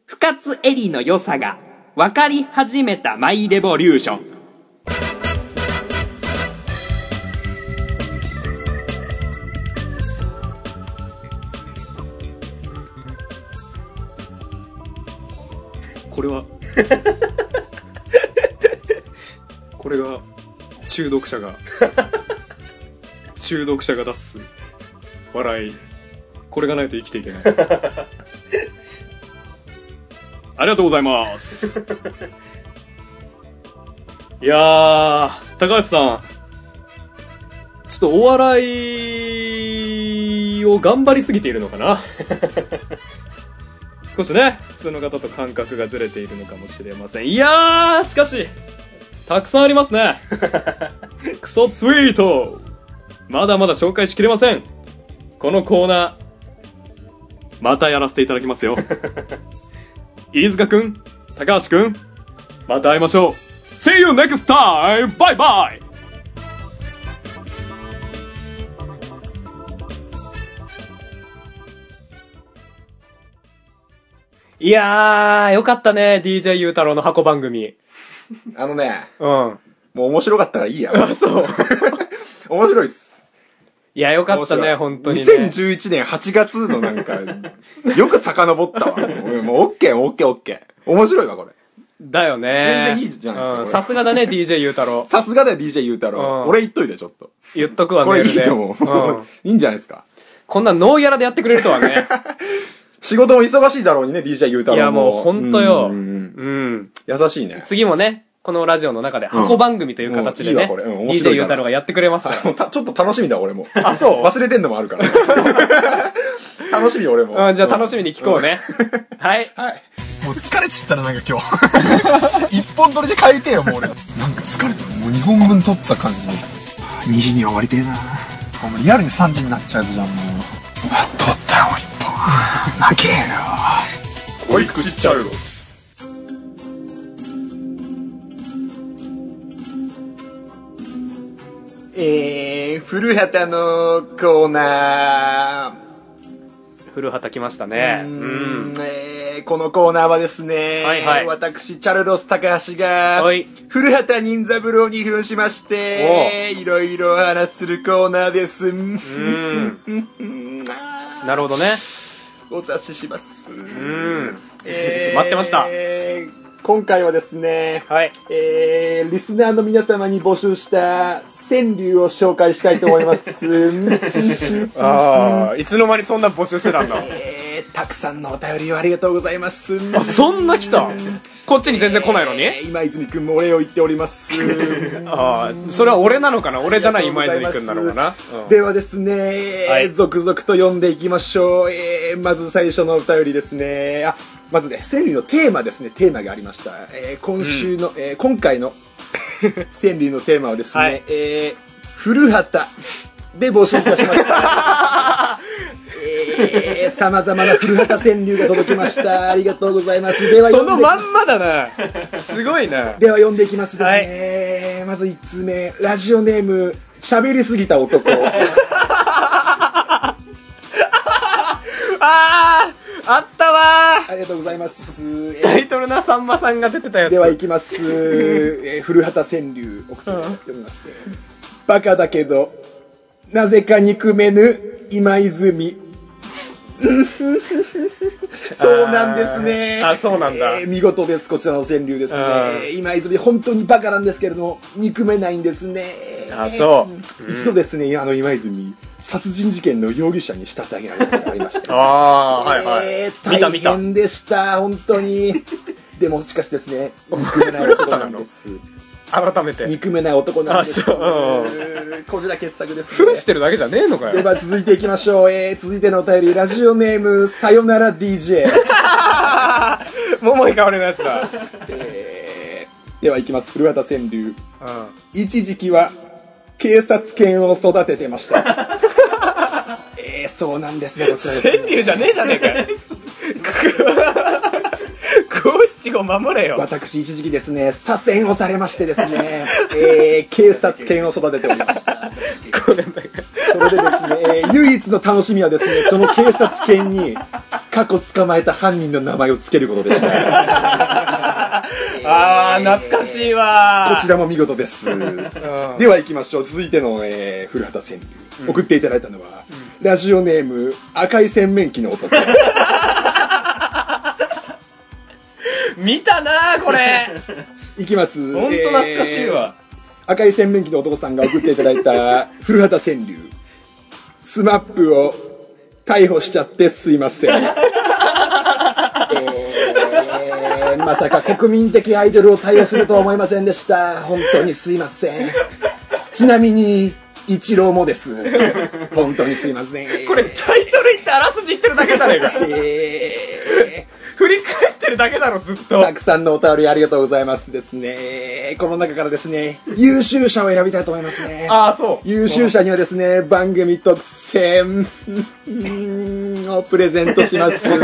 Speaker 8: 深津絵里の良さが分かり始めたマイレボリューション。
Speaker 1: これはこれが中毒者が中毒者が出す笑いこれがないと生きていけないありがとうございますいやー高橋さんちょっとお笑いを頑張りすぎているのかな 少しね普通の方と感覚がずれているのかもしれませんいやーしかしたくさんありますねクソツイートまだまだ紹介しきれませんこのコーナーまたやらせていただきますよ飯塚くん高橋くんまた会いましょう See you next time! バイバイいやー、よかったね、DJ ゆうたろうの箱番組。
Speaker 2: あのね、
Speaker 1: うん。
Speaker 2: もう面白かったからいいや。
Speaker 1: そう。
Speaker 2: 面白いっす。
Speaker 1: いや、よかった
Speaker 2: 面白
Speaker 1: ね、
Speaker 2: い
Speaker 1: 本当に、ね。
Speaker 2: 2011年8月のなん か、よく遡ったわ。もう OK、OK、OK。面白いわ、これ。
Speaker 1: だよね。
Speaker 2: 全然いいじゃないですか
Speaker 1: うん
Speaker 2: これ
Speaker 1: さすがだね、DJ ゆうたろう。
Speaker 2: さすがだよ、DJ ゆうたろ
Speaker 1: うん
Speaker 2: う。俺言っといて、ちょっと。
Speaker 1: 言っとくわね。
Speaker 2: これい
Speaker 1: メー
Speaker 2: い
Speaker 1: ルで
Speaker 2: と思
Speaker 1: うん
Speaker 2: う。いいんじゃないですか。
Speaker 1: こんなノーギャラでやってくれるとはね。
Speaker 2: 仕事も忙し いだろうにね、DJ ゆうた
Speaker 1: い
Speaker 2: ろう
Speaker 1: や、もうほんとよ。う
Speaker 2: うんうんうん
Speaker 1: ん。
Speaker 2: 優しいね。
Speaker 1: 次もね、このラジオの中で箱番組という形で
Speaker 2: うんい
Speaker 1: ね、
Speaker 2: いわこれうん面白いから
Speaker 1: DJ ゆうたろうがやってくれますか
Speaker 2: もうたちょっと楽しみだ、俺も。
Speaker 1: ら。あ、そう
Speaker 2: 忘れてんのもあるから。 楽しみ、俺も。
Speaker 1: うん、じゃあ楽しみに聞こう ね。はい。
Speaker 4: もう疲れちったらなんか今日 一本取りで帰りてえよもう俺なんか疲れたもう2本分取った感じで2時に終わりてえなお前リアルに3時になっちゃうやつじゃんもうあ取ったよもう1本泣けよ
Speaker 2: おい、口ちっちゃうよ。えー、古畑のコーナー。
Speaker 1: 古畑来ましたね。うん。
Speaker 2: えーこのコーナーはですね、
Speaker 1: はいはい
Speaker 2: 私、チャルロス高橋が
Speaker 1: はい、
Speaker 2: 古畑任三郎に扮しまして、いろいろお話しするコーナーです。
Speaker 1: うん。なるほどね。
Speaker 2: お察しします。
Speaker 1: うん。
Speaker 2: えー
Speaker 1: 待ってました
Speaker 2: 今回はですね、
Speaker 1: はい。
Speaker 2: えーリスナーの皆様に募集した川柳を紹介したいと思います。
Speaker 1: ああ、いつの間にそんな募集してたんだ。
Speaker 2: えーたくさんのお便りをありがとうございます。
Speaker 1: あ、そんな来たこっちに全然来ないのに、
Speaker 2: えー今泉くんもお礼を言ってお ります。
Speaker 1: ああ、それは俺なのかな俺じゃない今泉くんなのかな、うん
Speaker 2: ではですね、
Speaker 1: はい
Speaker 2: 続々と読んでいきましょう、えーまず最初のお便りですねあまずね川柳のテーマですねテーマがありました、えー今週の、えー今 回の川柳のテーマはですね、
Speaker 1: はい
Speaker 2: えー古畑で募集いたしました さまざまな古畑川柳が届きましたありがとうございますでは
Speaker 1: そ
Speaker 2: 読
Speaker 1: の
Speaker 2: んで
Speaker 1: まんまだな。すごいな。
Speaker 2: では読んでいきますですね、まず1通目ラジオネーム喋りすぎた男
Speaker 1: あああったわ
Speaker 2: ありがとうございます。
Speaker 1: ータ
Speaker 2: え
Speaker 1: イトルなさんまさんが出てたや
Speaker 2: ー
Speaker 1: つ。
Speaker 2: では行きます。えー古畑川柳送って読みますね。バカだけど、なぜか憎めぬ今泉。そうなんですね。
Speaker 1: あーあそうなんだ
Speaker 2: えー見事です。こちらの川柳です
Speaker 1: あ
Speaker 2: ね。今泉、本当にバカなんですけれども、憎めないんですね。。
Speaker 1: あそう
Speaker 2: 一度ですね、あの今泉、殺人事件の容疑者に仕立て上げられたことがありました。
Speaker 1: ああ、はいはい。
Speaker 2: えー
Speaker 1: 見た
Speaker 2: 大
Speaker 1: 見た。
Speaker 2: 変でした、本当に。でも、しかしですね、憎めない男なん です。
Speaker 1: 改めて。
Speaker 2: 憎めない男なんです。
Speaker 1: あそう
Speaker 2: こちら傑作ですね。
Speaker 1: ふんしてるだけじゃねえのか
Speaker 2: で
Speaker 1: よ。
Speaker 2: は続いていきましょう。えー、続いてのお便り、ラジオネーム、さよなら DJ。
Speaker 1: 桃井かおりのやつだ。
Speaker 2: えーでは行きます。古畑川柳。
Speaker 1: うん。
Speaker 2: 一時期は、警察犬を育ててました。 えー、そうなんですね、こちらですね
Speaker 1: 川柳じゃねえじゃねえかよ。五七五守れよ。
Speaker 2: 私一時期ですね、左遷をされましてですね、えー、警察犬を育てておりました。それでですね、えー唯一の楽しみはですね、その警察犬に過去捕まえた犯人の名前を付けることでした。
Speaker 1: ああ、懐かしいわ
Speaker 2: こちらも見事です。では行きましょう。続いての、えー古畑川柳、送っていただいたのは、ラジオネーム、赤い洗面器の男。
Speaker 1: 見たなーこれ。
Speaker 2: いきます。
Speaker 1: ほんと懐かしいわ。
Speaker 2: えー赤い洗面器の男さんが送っていただいた古畑川柳。スマップを逮捕しちゃってすいません。えーまさか国民的アイドルを逮捕するとは思いませんでした。本当にすいません。ちなみに、一郎もです。本当にすいません。
Speaker 1: これ、タイトル言ってあらすじ言ってるだけじゃねえか。
Speaker 2: えー
Speaker 1: 振り返ってるだけだろ、ずっと。
Speaker 2: たくさんのお便りありがとうございますですね。この中からですね、優秀者を選びたいと思いますね。
Speaker 1: ああ、 そう。
Speaker 2: 優秀者にはですね、番組特選 をプレゼントします。
Speaker 1: 言え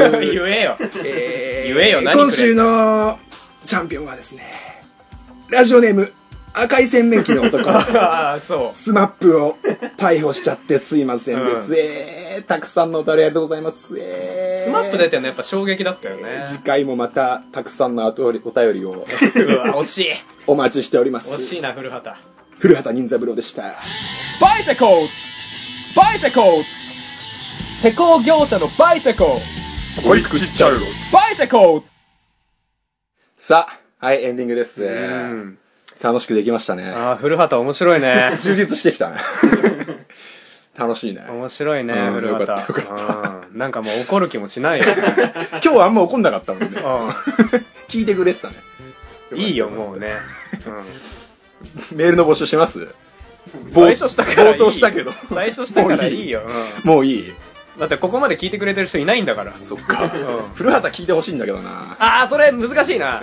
Speaker 1: よ。
Speaker 2: え
Speaker 1: 言えよ何くれ
Speaker 2: 今週のチャンピオンはですね、ラジオネーム、赤い洗面器の 男。
Speaker 1: ああ、そ
Speaker 2: スマップを逮捕しちゃってすいませんです、
Speaker 1: う
Speaker 2: えーたくさんのお便りありがとうございます、え
Speaker 1: う。ス
Speaker 2: ー
Speaker 1: マップ出てんのやっぱ衝撃だったよね。
Speaker 2: 次回もまたたくさんのお便りお便りを
Speaker 1: うわ、惜しい。
Speaker 2: お待ちしておりま
Speaker 1: 惜
Speaker 2: す
Speaker 1: しいな、古畑。
Speaker 2: 古畑任三郎でした
Speaker 1: バイセコーバイセコー施工業者のバイセコー
Speaker 4: おいくちっちゃうよ
Speaker 1: バイセコー
Speaker 2: さあはいエンディングです楽しくできましたね
Speaker 9: ああ、古畑面白いね。
Speaker 2: 充実してきたね 楽しいね
Speaker 9: 面白いね、
Speaker 2: うん
Speaker 9: 古畑。
Speaker 2: よかったよ
Speaker 9: うんなんかもう怒る気もしないよ。
Speaker 2: 今日はあんま怒んなかったもんね聞いてくれてたね
Speaker 9: うんいいよ、もうね。
Speaker 2: メールの募集します
Speaker 9: 最初したからいい
Speaker 2: 冒頭したけど
Speaker 9: 最初したからいいよ。う
Speaker 2: もういい
Speaker 9: んだってここまで聞いてくれてる人いないんだから。
Speaker 2: そっか古畑聞いてほしいんだけどな
Speaker 9: ああ、それ難しいな。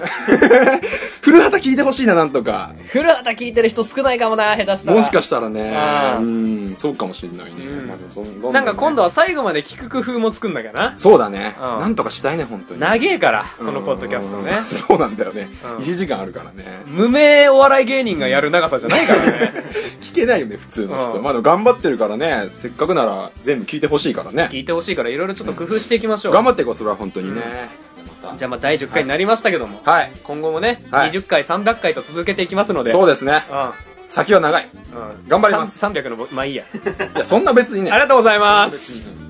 Speaker 2: 古畑聞いてほしいななんとか
Speaker 9: 古畑聞いてる人少ないかもな、下手したら。
Speaker 2: もしかしたらね
Speaker 9: あー
Speaker 2: うんそうかもしれないね、まあでもそんどんどん
Speaker 9: な
Speaker 2: ね
Speaker 9: んか今度は最後まで聞く工夫もつくんだかな。
Speaker 2: そうだね、
Speaker 9: ん
Speaker 2: なんとかしたいね本当に
Speaker 9: 長えから、このポッドキャストね
Speaker 2: うん。 そうなんだよね、1時間あるからね
Speaker 9: 無名お笑い芸人がやる長さじゃないからね。
Speaker 2: 聞けないよね普通の人、
Speaker 9: うん
Speaker 2: まあでも頑張ってるからねせっかくなら全部聞いてほしいからね
Speaker 9: 聞いてほしいからいろいろちょっと工夫していきましょう。
Speaker 2: 頑張ってこそれは本当にね、ま
Speaker 9: じゃあまあ第10回になりましたけども、
Speaker 2: たはい
Speaker 9: 今後もね、
Speaker 2: はい
Speaker 9: 20回、300回と続けていきますので、
Speaker 2: そうですね
Speaker 9: う
Speaker 2: 先は長い
Speaker 9: ん、うん、
Speaker 2: 頑張ります
Speaker 9: さん300のぼ、まあいいや。
Speaker 2: いやそんな別にね
Speaker 9: ありがとうございます。